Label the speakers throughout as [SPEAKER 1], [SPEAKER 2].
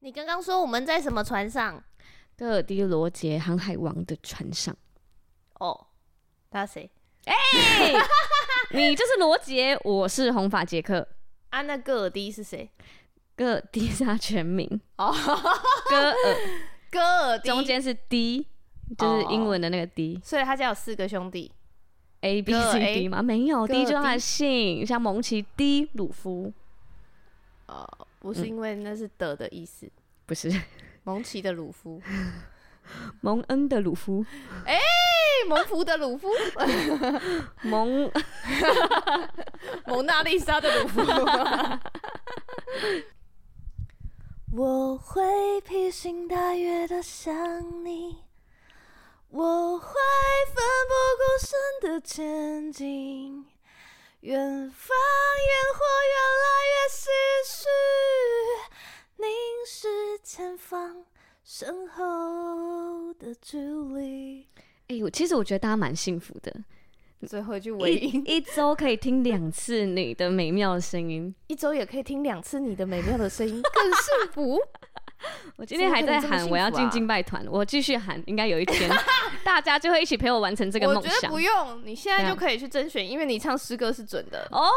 [SPEAKER 1] 你刚刚说我们在什么船上？
[SPEAKER 2] 戈尔迪罗杰航海王的船上，
[SPEAKER 1] 哦，他谁？
[SPEAKER 2] 你就是罗杰，我是红发杰克，
[SPEAKER 1] 啊，那戈尔迪是谁？
[SPEAKER 2] 戈尔迪是他全名，
[SPEAKER 1] 哦，
[SPEAKER 2] 戈尔
[SPEAKER 1] 戈尔迪。
[SPEAKER 2] 中，间是 D，就是
[SPEAKER 1] 哦
[SPEAKER 2] 英文的那个 D。
[SPEAKER 1] 所以他家有四个兄弟。
[SPEAKER 2] A B
[SPEAKER 1] 戈尔
[SPEAKER 2] C
[SPEAKER 1] A
[SPEAKER 2] D 吗？没有
[SPEAKER 1] 戈
[SPEAKER 2] ，D
[SPEAKER 1] 尔
[SPEAKER 2] 就是他
[SPEAKER 1] D
[SPEAKER 2] 的姓，像蒙奇 D 鲁夫，
[SPEAKER 1] 哦，不是因为那是的的意思，
[SPEAKER 2] 不是
[SPEAKER 1] 蒙奇的鲁夫，
[SPEAKER 2] 蒙恩的鲁夫，
[SPEAKER 1] 哎，蒙福的 鲁夫，
[SPEAKER 2] 蒙
[SPEAKER 1] 蒙娜丽莎的鲁夫。 我会披星戴月的想你，我会奋不顾身的前进，远方烟火越来越唏嘘，凝视前方身后的距离。
[SPEAKER 2] 哎、我其实我觉得大家蛮幸福的，
[SPEAKER 1] 最后一句
[SPEAKER 2] 一，一周可以听两次你的美妙的声音。
[SPEAKER 1] 一周也可以听两次你的美妙的 声音，更幸福。
[SPEAKER 2] 我今天还在
[SPEAKER 1] 怎么可能这么
[SPEAKER 2] 喊
[SPEAKER 1] 幸
[SPEAKER 2] 我要
[SPEAKER 1] 福
[SPEAKER 2] 进
[SPEAKER 1] 啊
[SPEAKER 2] 敬拜团，我继续喊，应该有一 天大家就会一起陪我完成这个
[SPEAKER 1] 我
[SPEAKER 2] 梦
[SPEAKER 1] 觉得
[SPEAKER 2] 想
[SPEAKER 1] 不。用，你现
[SPEAKER 2] 怎
[SPEAKER 1] 在就
[SPEAKER 2] 样
[SPEAKER 1] 可以去甄选，因为你唱诗歌是准的。
[SPEAKER 2] 哦，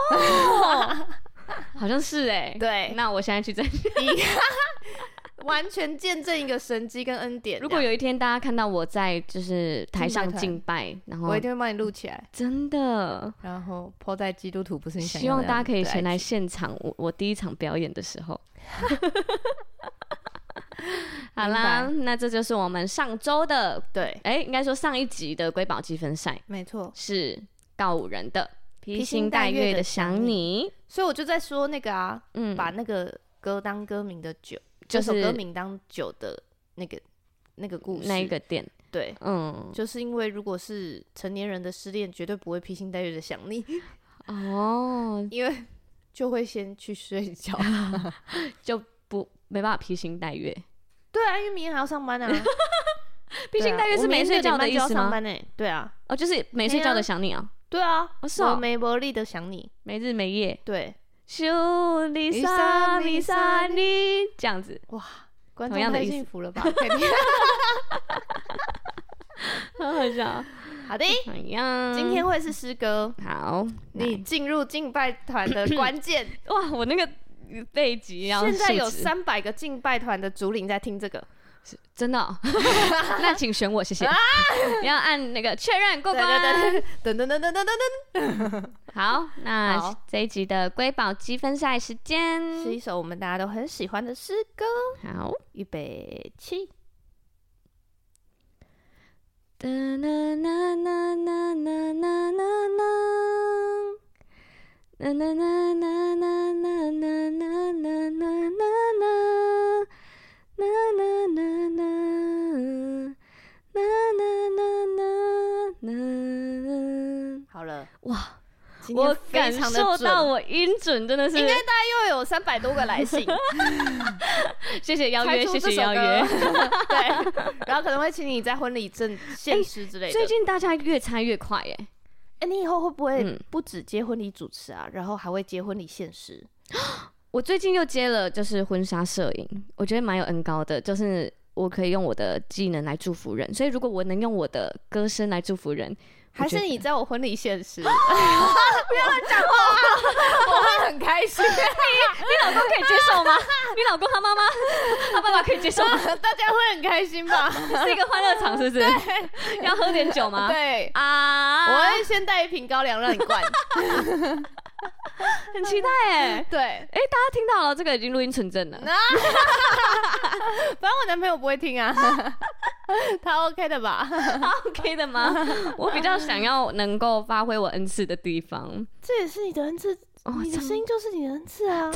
[SPEAKER 2] 好像是哎、
[SPEAKER 1] 对，
[SPEAKER 2] 那我现在去争。
[SPEAKER 1] 完全见证一个神迹跟恩典。
[SPEAKER 2] 如果有一天大家看到我在就是台上敬拜，
[SPEAKER 1] 这
[SPEAKER 2] 然
[SPEAKER 1] 样，我
[SPEAKER 2] 后
[SPEAKER 1] 一定会帮你录起来，
[SPEAKER 2] 真的
[SPEAKER 1] 然后抛在基督徒不是你想
[SPEAKER 2] 希
[SPEAKER 1] 要
[SPEAKER 2] 望
[SPEAKER 1] 的
[SPEAKER 2] 大家
[SPEAKER 1] 样子
[SPEAKER 2] 可以
[SPEAKER 1] 对
[SPEAKER 2] 前来现场，我我第一场表演的时 候。好啦，那这就是我们上周的，
[SPEAKER 1] 对，
[SPEAKER 2] 哎、应该说上一集的瑰宝积分赛
[SPEAKER 1] 没错。
[SPEAKER 2] 是告五人的，披
[SPEAKER 1] 披
[SPEAKER 2] 星
[SPEAKER 1] 星
[SPEAKER 2] 戴
[SPEAKER 1] 戴
[SPEAKER 2] 月
[SPEAKER 1] 月
[SPEAKER 2] 的
[SPEAKER 1] 的
[SPEAKER 2] 想
[SPEAKER 1] 想
[SPEAKER 2] 你，
[SPEAKER 1] 所以我就在说那个啊，
[SPEAKER 2] 嗯，
[SPEAKER 1] 把那个歌当歌名的酒，
[SPEAKER 2] 就
[SPEAKER 1] 这首歌
[SPEAKER 2] 是
[SPEAKER 1] 名当酒的那个那个故事，
[SPEAKER 2] 那一个点，
[SPEAKER 1] 对。
[SPEAKER 2] 嗯，
[SPEAKER 1] 就是因为如果是成年人的失恋，绝对不会披星戴月的想你，
[SPEAKER 2] 哦，
[SPEAKER 1] 因为就会先去睡觉。
[SPEAKER 2] 就不没办法披星戴月，
[SPEAKER 1] 对啊，因为明天还要上班啊。
[SPEAKER 2] 披星戴月是没睡觉的意思吗？
[SPEAKER 1] 呢、对啊，
[SPEAKER 2] 哦，就是没睡觉的想你啊，
[SPEAKER 1] 对啊，
[SPEAKER 2] 哦是
[SPEAKER 1] 我
[SPEAKER 2] 哦，
[SPEAKER 1] 没魔力的想你。
[SPEAKER 2] 没日没夜，
[SPEAKER 1] 对，
[SPEAKER 2] 修丽莎丽莎你这样子，
[SPEAKER 1] 哇，观
[SPEAKER 2] 同
[SPEAKER 1] 众
[SPEAKER 2] 样的
[SPEAKER 1] 太
[SPEAKER 2] 意思
[SPEAKER 1] 幸福了吧？
[SPEAKER 2] 很好笑，
[SPEAKER 1] 好的，
[SPEAKER 2] 怎 样？
[SPEAKER 1] 今天会是诗歌，
[SPEAKER 2] 好，
[SPEAKER 1] 你进入敬拜团 的关键。
[SPEAKER 2] 来哇，我那个背脊要
[SPEAKER 1] 现在有
[SPEAKER 2] 竖直
[SPEAKER 1] 三百个敬拜团的主领在听这个，
[SPEAKER 2] 真的哦、 啊那请选我，谢谢。要按那个确认过
[SPEAKER 1] 对
[SPEAKER 2] 关。
[SPEAKER 1] 对对，噔噔噔噔噔噔
[SPEAKER 2] 好，那
[SPEAKER 1] 好
[SPEAKER 2] 这一集的瑰宝积分赛时间，
[SPEAKER 1] 噔，是一首我们大家都很喜欢的诗歌。
[SPEAKER 2] 好。
[SPEAKER 1] 预备起，
[SPEAKER 2] 哒啦啦啦啦啦啦啦啦，啦啦啦啦啦啦啦啦啦啦啦，啦啦啦啦，啦啦啦啦啦。
[SPEAKER 1] 好了，
[SPEAKER 2] 哇，
[SPEAKER 1] 今天
[SPEAKER 2] 我
[SPEAKER 1] 非
[SPEAKER 2] 感
[SPEAKER 1] 常的
[SPEAKER 2] 受
[SPEAKER 1] 准
[SPEAKER 2] 到我音准真的是，
[SPEAKER 1] 应该大概又有三百多个来 信，
[SPEAKER 2] 谢谢邀
[SPEAKER 1] 猜
[SPEAKER 2] 约，
[SPEAKER 1] 出
[SPEAKER 2] 谢
[SPEAKER 1] 这
[SPEAKER 2] 谢
[SPEAKER 1] 首
[SPEAKER 2] 邀
[SPEAKER 1] 歌，
[SPEAKER 2] 约。
[SPEAKER 1] 对，然后可能会请你在婚礼 证献诗之类的。
[SPEAKER 2] 哎最近大家越猜越快耶、
[SPEAKER 1] 哎、你以后会不会
[SPEAKER 2] 嗯
[SPEAKER 1] 不止接婚礼主持啊，然后还会接婚礼现实？
[SPEAKER 2] 我最近又接了就是婚纱摄影，我觉得蛮有恩高的，就是我可以用我的技能来祝福人，所以如果我能用我的歌声来祝福人，我
[SPEAKER 1] 还
[SPEAKER 2] 觉
[SPEAKER 1] 是
[SPEAKER 2] 得
[SPEAKER 1] 你在我婚礼现 实？不要乱 讲话，我会很开心，
[SPEAKER 2] 你老 公可以接受吗？你老公他妈妈他爸爸可以接受吗？
[SPEAKER 1] 大家会很开心 吧？
[SPEAKER 2] 是一个欢乐场是 不是？要喝点酒吗？
[SPEAKER 1] 对，我
[SPEAKER 2] 啊，
[SPEAKER 1] 会先带一瓶高粱让你 灌。
[SPEAKER 2] 很期待哎。
[SPEAKER 1] 对，
[SPEAKER 2] 哎、大家听到了，这个已经录音存证 了。
[SPEAKER 1] 反正我男朋友不会听啊， 他 OK 的吧？
[SPEAKER 2] OK 的吗？我比较想要能够发挥我恩赐的地方。
[SPEAKER 1] 这也是你的恩赐，
[SPEAKER 2] 哦，
[SPEAKER 1] 你的
[SPEAKER 2] 真
[SPEAKER 1] 声音就是你的恩赐啊。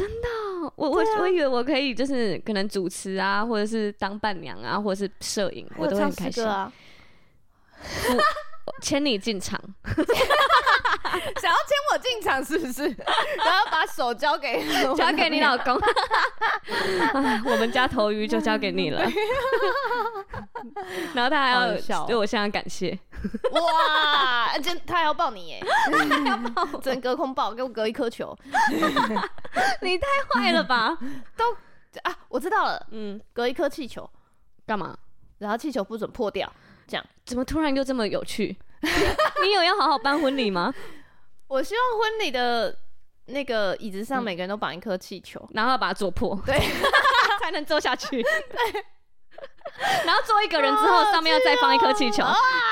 [SPEAKER 2] 我我、
[SPEAKER 1] 对啊
[SPEAKER 2] 我以为我可以就是可能主持啊，或者是当伴娘啊，或者是摄影，
[SPEAKER 1] 还
[SPEAKER 2] 我
[SPEAKER 1] 有
[SPEAKER 2] 都会
[SPEAKER 1] 唱
[SPEAKER 2] 很
[SPEAKER 1] 诗
[SPEAKER 2] 开心
[SPEAKER 1] 歌。啊，
[SPEAKER 2] 牵你进场，
[SPEAKER 1] 想要牵我进场是不是？ 然后把手 交给我
[SPEAKER 2] 交给你
[SPEAKER 1] 男
[SPEAKER 2] 老公。 啊我们家头鱼就交给 你了。 然后他还
[SPEAKER 1] 好好笑
[SPEAKER 2] 要
[SPEAKER 1] 哦
[SPEAKER 2] 对我向他感谢，
[SPEAKER 1] 朋友 哇，而且他还要抱你耶，他要抱，整隔空抱，给我隔一颗球
[SPEAKER 2] 你太坏了吧？
[SPEAKER 1] 啊！我知道了，
[SPEAKER 2] 嗯，
[SPEAKER 1] 隔一颗气球，
[SPEAKER 2] 干嘛？
[SPEAKER 1] 然后气球不准破掉。
[SPEAKER 2] 怎么突然就这么有趣？ 你有要好好办婚礼吗？
[SPEAKER 1] 我希望婚礼的那个椅子上每个人都绑一颗气球，
[SPEAKER 2] 然后要把它做破，
[SPEAKER 1] 对，
[SPEAKER 2] 才能坐下去。对。 然后做一个人之后，上面要再放一颗气
[SPEAKER 1] 哦
[SPEAKER 2] 球，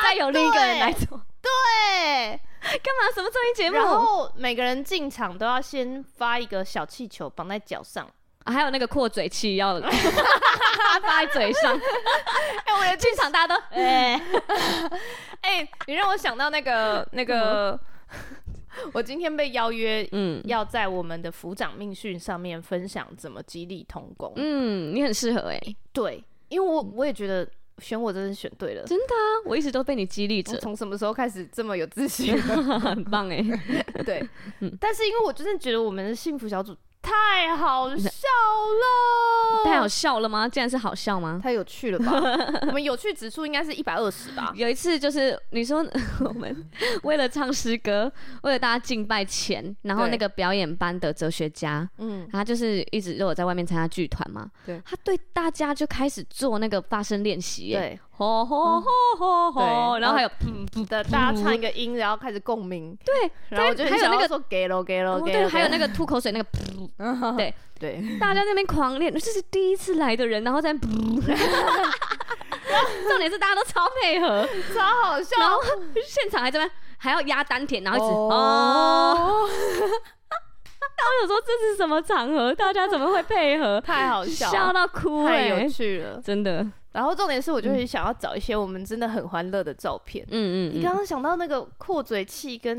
[SPEAKER 2] 再有另一个人来做。
[SPEAKER 1] 对，
[SPEAKER 2] 干嘛？什么综艺节目？
[SPEAKER 1] 然后每个人进场都要先发一个小气球绑在脚上。
[SPEAKER 2] 啊还有那个扩嘴器要 发在嘴 上。
[SPEAKER 1] 哎、我的
[SPEAKER 2] 进场大家都
[SPEAKER 1] 哎 哎、你让我想到那个那个， 我今天被邀约
[SPEAKER 2] 嗯
[SPEAKER 1] 要在我们的府长命训上面分享怎么激励童工。
[SPEAKER 2] 嗯，你很适合哎、
[SPEAKER 1] 对，因为我我也觉得选我真是选对了。
[SPEAKER 2] 真的啊，我一直都被你激励
[SPEAKER 1] 我
[SPEAKER 2] 着，
[SPEAKER 1] 从什么时候开始这么有自信了？
[SPEAKER 2] 很棒哎、
[SPEAKER 1] 对，
[SPEAKER 2] 嗯
[SPEAKER 1] 但是因为我真的觉得我们的幸福小组太好笑了，
[SPEAKER 2] 嗯 太好笑了吗？竟然是好笑吗？
[SPEAKER 1] 太有趣了吧？我们有趣指数应该是一百二十 吧？
[SPEAKER 2] 有一次就是你说 我们为了唱诗歌，为了大家敬拜前，然后
[SPEAKER 1] 对
[SPEAKER 2] 那个表演班的哲学家，
[SPEAKER 1] 嗯，
[SPEAKER 2] 他就是一直都有在外面参加剧团嘛，
[SPEAKER 1] 对
[SPEAKER 2] 他对大家就开始做那个发声练习耶，
[SPEAKER 1] 对
[SPEAKER 2] 吼吼吼吼吼，
[SPEAKER 1] 对
[SPEAKER 2] 然后还有
[SPEAKER 1] 的，大家唱一个音，然后开始共鸣，
[SPEAKER 2] 对，
[SPEAKER 1] 然后我就
[SPEAKER 2] 还有那个
[SPEAKER 1] 说给喽给喽
[SPEAKER 2] 哦
[SPEAKER 1] 给
[SPEAKER 2] 对，
[SPEAKER 1] 喽，
[SPEAKER 2] 还有那个吐口水那个噗，
[SPEAKER 1] 个
[SPEAKER 2] 对
[SPEAKER 1] 对，
[SPEAKER 2] 大家在那边狂练，这是第一次来的人，然后在噗，重点是大家都超配合，
[SPEAKER 1] 超好笑，
[SPEAKER 2] 然后现场还这边还要压丹田，然后一直哦，
[SPEAKER 1] 哦，
[SPEAKER 2] 我有时候这是什么场合，大家怎么会配合？
[SPEAKER 1] 太好笑
[SPEAKER 2] 笑
[SPEAKER 1] 了，
[SPEAKER 2] 到哭
[SPEAKER 1] 太
[SPEAKER 2] 哎、
[SPEAKER 1] 有趣了。
[SPEAKER 2] 真的，
[SPEAKER 1] 然后重点是，我就很想要找一些我们真的很欢乐的照片。
[SPEAKER 2] 嗯
[SPEAKER 1] 你刚刚想到那个扩嘴器跟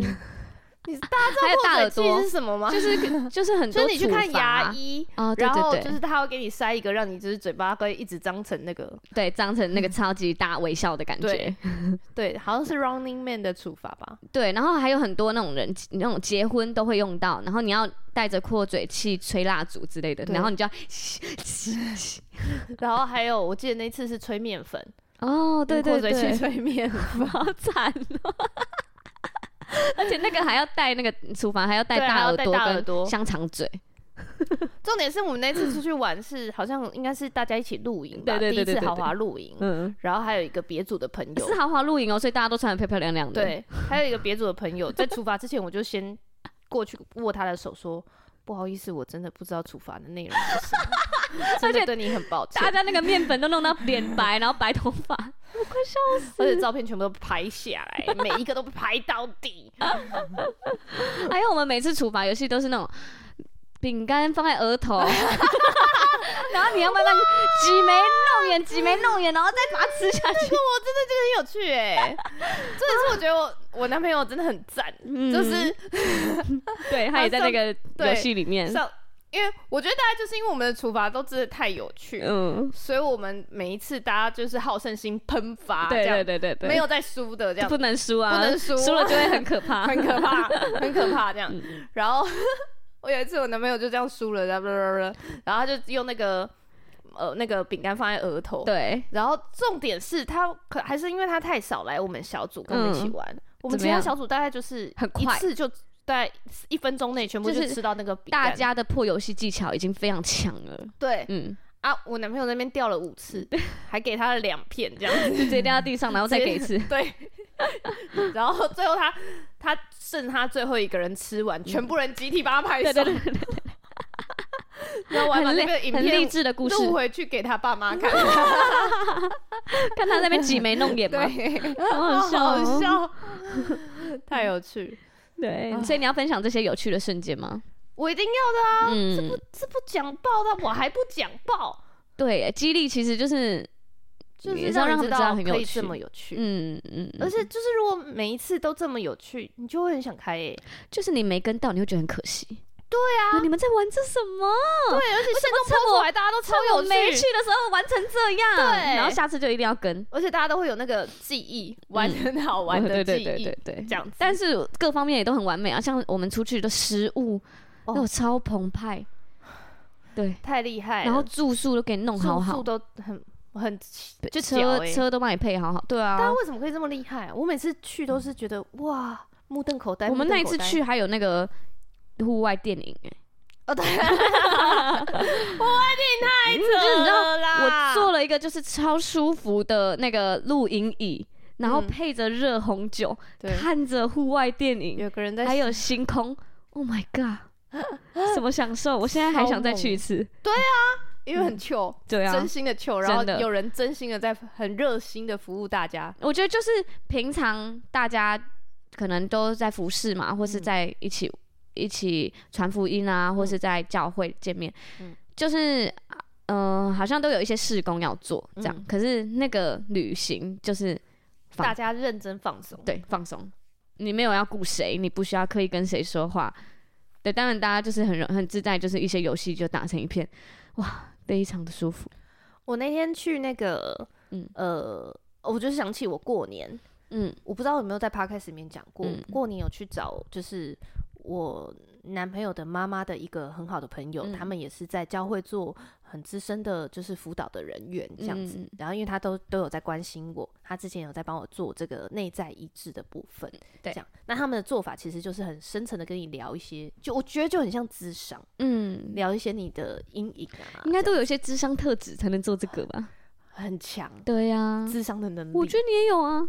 [SPEAKER 1] 你大家知
[SPEAKER 2] 还有大
[SPEAKER 1] 道扩
[SPEAKER 2] 耳
[SPEAKER 1] 嘴器
[SPEAKER 2] 朵
[SPEAKER 1] 是什么吗？
[SPEAKER 2] 就是 就是很
[SPEAKER 1] 就
[SPEAKER 2] 多、
[SPEAKER 1] 是你去看牙。医，
[SPEAKER 2] 哦，对
[SPEAKER 1] 然后
[SPEAKER 2] 对
[SPEAKER 1] 就
[SPEAKER 2] 对
[SPEAKER 1] 是他会给你塞一个，让你就是嘴巴可以一直张成那个，
[SPEAKER 2] 对，张成那个超级大微笑的感觉
[SPEAKER 1] 对，对，好像是 Running Man 的处罚吧？
[SPEAKER 2] 对，然后还有很多那种人，那种结婚都会用到，然后你要带着扩嘴器、吹蜡烛之类的，
[SPEAKER 1] 对
[SPEAKER 2] 然后你就要
[SPEAKER 1] 然后还有，我记得那次是吹面粉，
[SPEAKER 2] 哦，对
[SPEAKER 1] 用
[SPEAKER 2] 对
[SPEAKER 1] 扩嘴器
[SPEAKER 2] 对，
[SPEAKER 1] 吹面粉，
[SPEAKER 2] 好惨哦， 而且那个还要带那个厨房还要带
[SPEAKER 1] 对还
[SPEAKER 2] 大
[SPEAKER 1] 要
[SPEAKER 2] 耳
[SPEAKER 1] 戴
[SPEAKER 2] 朵
[SPEAKER 1] 大耳朵
[SPEAKER 2] 跟香肠嘴，
[SPEAKER 1] 重点是我们那次出去玩是好像应该是大家一起露营吧，
[SPEAKER 2] 对对
[SPEAKER 1] 第一
[SPEAKER 2] 对对
[SPEAKER 1] 次
[SPEAKER 2] 对
[SPEAKER 1] 豪华露营，
[SPEAKER 2] 嗯，
[SPEAKER 1] 然后还有一个别组的朋友
[SPEAKER 2] 是，豪华露营哦，所以大家都穿的漂漂亮亮的，，
[SPEAKER 1] 对，还有一个别组的朋友，在处罚之前，我就先过去握他的手，说：“不好意思，我真的不知道处罚的内容是什 么，真的对你很抱歉
[SPEAKER 2] 大。家那个面粉都弄到脸白，然后白头发，我快笑死。”
[SPEAKER 1] 而且照片全部都拍下来，每一个都被拍到底。
[SPEAKER 2] 还有我们每次处罚游戏都是那种饼干放在额 头，然后你要慢慢挤眉弄眼，挤眉弄眼，然 后再把它吃下去。
[SPEAKER 1] 我真的觉得很有趣哎、真的是我觉得我我男朋友真的很赞，
[SPEAKER 2] 嗯
[SPEAKER 1] 就是
[SPEAKER 2] 对，他也在那个
[SPEAKER 1] 对
[SPEAKER 2] 游戏里面。
[SPEAKER 1] 像，因为我觉得大家就是因为我们的处罚都真的太有趣，
[SPEAKER 2] 嗯，
[SPEAKER 1] 所以我们每一次大家就是好胜心喷发，
[SPEAKER 2] 对
[SPEAKER 1] 这样
[SPEAKER 2] 对对对对，
[SPEAKER 1] 没有在输的这样
[SPEAKER 2] 不能输啊，
[SPEAKER 1] 不能输
[SPEAKER 2] 输了就会很可 怕。
[SPEAKER 1] 很可怕，很可怕这样。
[SPEAKER 2] 嗯
[SPEAKER 1] 然后我有一次，我男朋友就这样输了，然后然后他就用那个呃那个饼干放在额头。。
[SPEAKER 2] 对，
[SPEAKER 1] 然后重点是他可还是因为他太少来我们小组跟我们一起
[SPEAKER 2] 嗯
[SPEAKER 1] 玩，我们
[SPEAKER 2] 怎
[SPEAKER 1] 其
[SPEAKER 2] 么
[SPEAKER 1] 他
[SPEAKER 2] 样
[SPEAKER 1] 小组大概就是
[SPEAKER 2] 很
[SPEAKER 1] 一
[SPEAKER 2] 快
[SPEAKER 1] 次就在一分钟内全部
[SPEAKER 2] 就
[SPEAKER 1] 就是吃到那个饼干。
[SPEAKER 2] 大家的破游戏技巧已经非常强了。
[SPEAKER 1] 对
[SPEAKER 2] 嗯，
[SPEAKER 1] 啊，我男朋友那边掉了五次，还给他了两片这样子。
[SPEAKER 2] 就直接掉到地上，然后再给一次。
[SPEAKER 1] 对，然后最后他他剩他最后一个人吃完，全部人集体把他拍手。
[SPEAKER 2] 对对对
[SPEAKER 1] 然后我还把
[SPEAKER 2] 很
[SPEAKER 1] 那个
[SPEAKER 2] 励
[SPEAKER 1] 影
[SPEAKER 2] 很励
[SPEAKER 1] 片
[SPEAKER 2] 志的故事，
[SPEAKER 1] 录回去给他爸妈 看，
[SPEAKER 2] 看他在那边挤眉弄眼 嘛，
[SPEAKER 1] 对，
[SPEAKER 2] 好好笑哦，
[SPEAKER 1] 好笑，太有趣。
[SPEAKER 2] 对，所以你要分享这些有趣的瞬间吗？
[SPEAKER 1] 我一定要的啊！
[SPEAKER 2] 嗯
[SPEAKER 1] 这不这不讲爆他，我还不讲爆，
[SPEAKER 2] 对，激励其实就是，
[SPEAKER 1] 就是
[SPEAKER 2] 也是要
[SPEAKER 1] 让你
[SPEAKER 2] 让他们知道很有
[SPEAKER 1] 可以
[SPEAKER 2] 趣
[SPEAKER 1] 这么有趣。
[SPEAKER 2] 嗯嗯，
[SPEAKER 1] 而且就是如果每一次都这么有趣，你就会很想开诶、
[SPEAKER 2] 就是你没跟到，你会觉得很可惜。
[SPEAKER 1] 对
[SPEAKER 2] 啊，你们在玩这什么？
[SPEAKER 1] 对，而且现在
[SPEAKER 2] 趁
[SPEAKER 1] 播出
[SPEAKER 2] 我
[SPEAKER 1] 来大家都超
[SPEAKER 2] 趁我
[SPEAKER 1] 有
[SPEAKER 2] 没去
[SPEAKER 1] 趣，
[SPEAKER 2] 的时候玩成这样，
[SPEAKER 1] 对
[SPEAKER 2] 然后下次就一定要跟。
[SPEAKER 1] 而且大家都会有那个记忆，玩很好玩的
[SPEAKER 2] 嗯对
[SPEAKER 1] 记
[SPEAKER 2] 对对
[SPEAKER 1] 忆
[SPEAKER 2] 对，对。
[SPEAKER 1] 这样子。
[SPEAKER 2] 但是各方面也都很完美啊，像我们出去的食物，
[SPEAKER 1] 哦
[SPEAKER 2] 那种超澎湃，对，
[SPEAKER 1] 太厉害了，
[SPEAKER 2] 然后住宿都给你弄好
[SPEAKER 1] 住宿
[SPEAKER 2] 好，
[SPEAKER 1] 都很很就屌
[SPEAKER 2] 车
[SPEAKER 1] 欸
[SPEAKER 2] 车都帮你配好好，对啊
[SPEAKER 1] 大。家为什么可以这么厉害、啊？我每次去都是觉得哇，目瞪口呆。
[SPEAKER 2] 我们
[SPEAKER 1] 目
[SPEAKER 2] 那
[SPEAKER 1] 瞪
[SPEAKER 2] 一
[SPEAKER 1] 口
[SPEAKER 2] 次
[SPEAKER 1] 呆，
[SPEAKER 2] 去还有那个 户外电影，
[SPEAKER 1] 哦对，
[SPEAKER 2] 嗯
[SPEAKER 1] 啦，
[SPEAKER 2] 做了一个就是超舒服的那个露营椅，然后
[SPEAKER 1] 嗯
[SPEAKER 2] 配着热红酒，
[SPEAKER 1] 对，
[SPEAKER 2] 看着户外电影，
[SPEAKER 1] 有个人在，
[SPEAKER 2] 还有星空。Oh my god！什么享受？我现在还想再去一次。
[SPEAKER 1] 因为很糗，
[SPEAKER 2] 对啊
[SPEAKER 1] 真，心的糗，然后
[SPEAKER 2] 真的
[SPEAKER 1] 有人真心的在很热心的服务大家，
[SPEAKER 2] 我觉得就是平常大家可能都在服侍嘛，或是
[SPEAKER 1] 嗯
[SPEAKER 2] 在一起、一起传福音啊，或是在教会见面，
[SPEAKER 1] 嗯
[SPEAKER 2] 就是嗯、呃好像都有一些事工要做这样。
[SPEAKER 1] 嗯
[SPEAKER 2] 可是那个旅行就是放
[SPEAKER 1] 大家认真放松，
[SPEAKER 2] 对放松，你没有要顾谁，你不需要刻意跟谁说话。对，当然大家就是很很自在，就是一些游戏就打成一片，哇，非常的舒服。
[SPEAKER 1] 我那天去那个，
[SPEAKER 2] 嗯
[SPEAKER 1] 呃，我就想起我过年，
[SPEAKER 2] 嗯
[SPEAKER 1] 我不知道有没有在 podcast 里面讲过，
[SPEAKER 2] 嗯
[SPEAKER 1] 过年有去找就是我男朋友的妈妈的一个很好的朋友，
[SPEAKER 2] 嗯
[SPEAKER 1] 他们也是在教会做很资深的，就是辅导的人员这样子。
[SPEAKER 2] 嗯嗯嗯
[SPEAKER 1] 然后因为他都都有在关心我，他之前有在帮我做这个内在医治的部分，
[SPEAKER 2] 嗯对
[SPEAKER 1] 这样。那他们的做法其实就是很深层的跟你聊一些，就我觉得就很像智商，
[SPEAKER 2] 嗯，
[SPEAKER 1] 聊一些你的阴影啊，
[SPEAKER 2] 应该都
[SPEAKER 1] 这样
[SPEAKER 2] 有一些智商特质才能做这个吧？
[SPEAKER 1] 很强。
[SPEAKER 2] 对啊呀、
[SPEAKER 1] 智商的能力，
[SPEAKER 2] 我觉得你也有啊，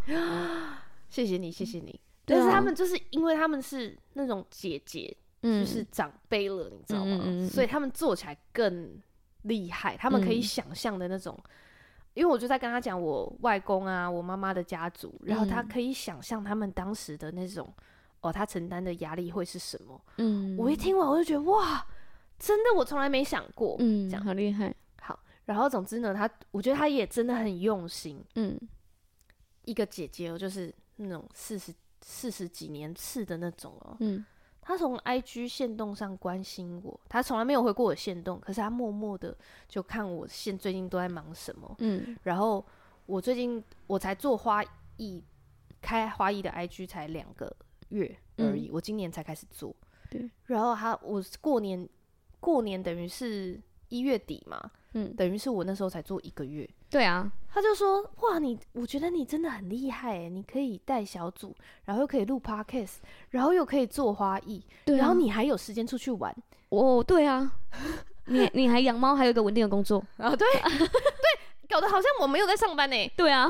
[SPEAKER 1] 谢谢你，谢谢你。
[SPEAKER 2] 对
[SPEAKER 1] 但是
[SPEAKER 2] 啊
[SPEAKER 1] 他们就是因为他们是那种姐姐，
[SPEAKER 2] 嗯，
[SPEAKER 1] 就是长辈了，你知道吗？
[SPEAKER 2] 嗯嗯嗯嗯
[SPEAKER 1] 所以他们做起来更厉害，他们可以
[SPEAKER 2] 嗯
[SPEAKER 1] 想象的那种。因为我就在跟他讲我外公啊，我妈妈的家族，然后他
[SPEAKER 2] 嗯
[SPEAKER 1] 可以想象他们当时的那种，哦，他承担的压力会是什么。
[SPEAKER 2] 嗯，
[SPEAKER 1] 我一听完我就觉得哇，真的我从来没想过。
[SPEAKER 2] 嗯，
[SPEAKER 1] 这样
[SPEAKER 2] 好厉害，
[SPEAKER 1] 好，然后总之呢，他我觉得他也真的很用心。
[SPEAKER 2] 嗯
[SPEAKER 1] 一个姐姐哦，就是那种四十四十几年次的那种哦，
[SPEAKER 2] 嗯，
[SPEAKER 1] 他从 IG 线动上关心我，他从来没有回过我线动，可是他默默的就看我现最近都在忙什么。
[SPEAKER 2] 嗯
[SPEAKER 1] 然后我最近我才做花艺，开花艺的 IG 才两个月而已，我今年才开始做。
[SPEAKER 2] 嗯对，
[SPEAKER 1] 然后他我过年过年等于是一月底嘛，
[SPEAKER 2] 嗯，
[SPEAKER 1] 等于是我那时候才做一个月，
[SPEAKER 2] 对啊，
[SPEAKER 1] 他就说：“哇，你我觉得你真的很厉害诶，你可以带小组，然后又可以录 podcast，然后又可以做花艺，
[SPEAKER 2] 对啊，
[SPEAKER 1] 然后你还有时间出去玩。
[SPEAKER 2] 哦，对啊， 你你还养猫，还有一个稳定的工作，
[SPEAKER 1] 啊， 对对，搞得好像我没有在上班呢。
[SPEAKER 2] 对啊，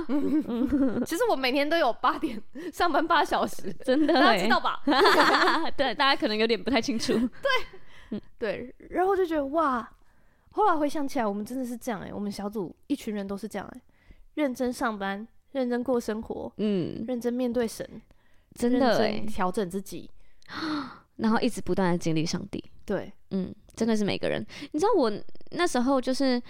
[SPEAKER 1] 其实我每天都有八点上班八小 时，
[SPEAKER 2] 真的
[SPEAKER 1] 大
[SPEAKER 2] 欸啊
[SPEAKER 1] 家知道， 吧？
[SPEAKER 2] 对，大家可能有点不太清楚，
[SPEAKER 1] 对，然后我就觉得哇，后来回想起来，我们真的是这样欸诶，我们小组一群人都是这样诶，认真上班，认真过生活，
[SPEAKER 2] 嗯，
[SPEAKER 1] 认真面对神，
[SPEAKER 2] 真的
[SPEAKER 1] 认真
[SPEAKER 2] 哎，
[SPEAKER 1] 调整自己。
[SPEAKER 2] 然后一直不断的经历上帝，
[SPEAKER 1] 对，
[SPEAKER 2] 嗯，真的是每个人。你知道我那时候就是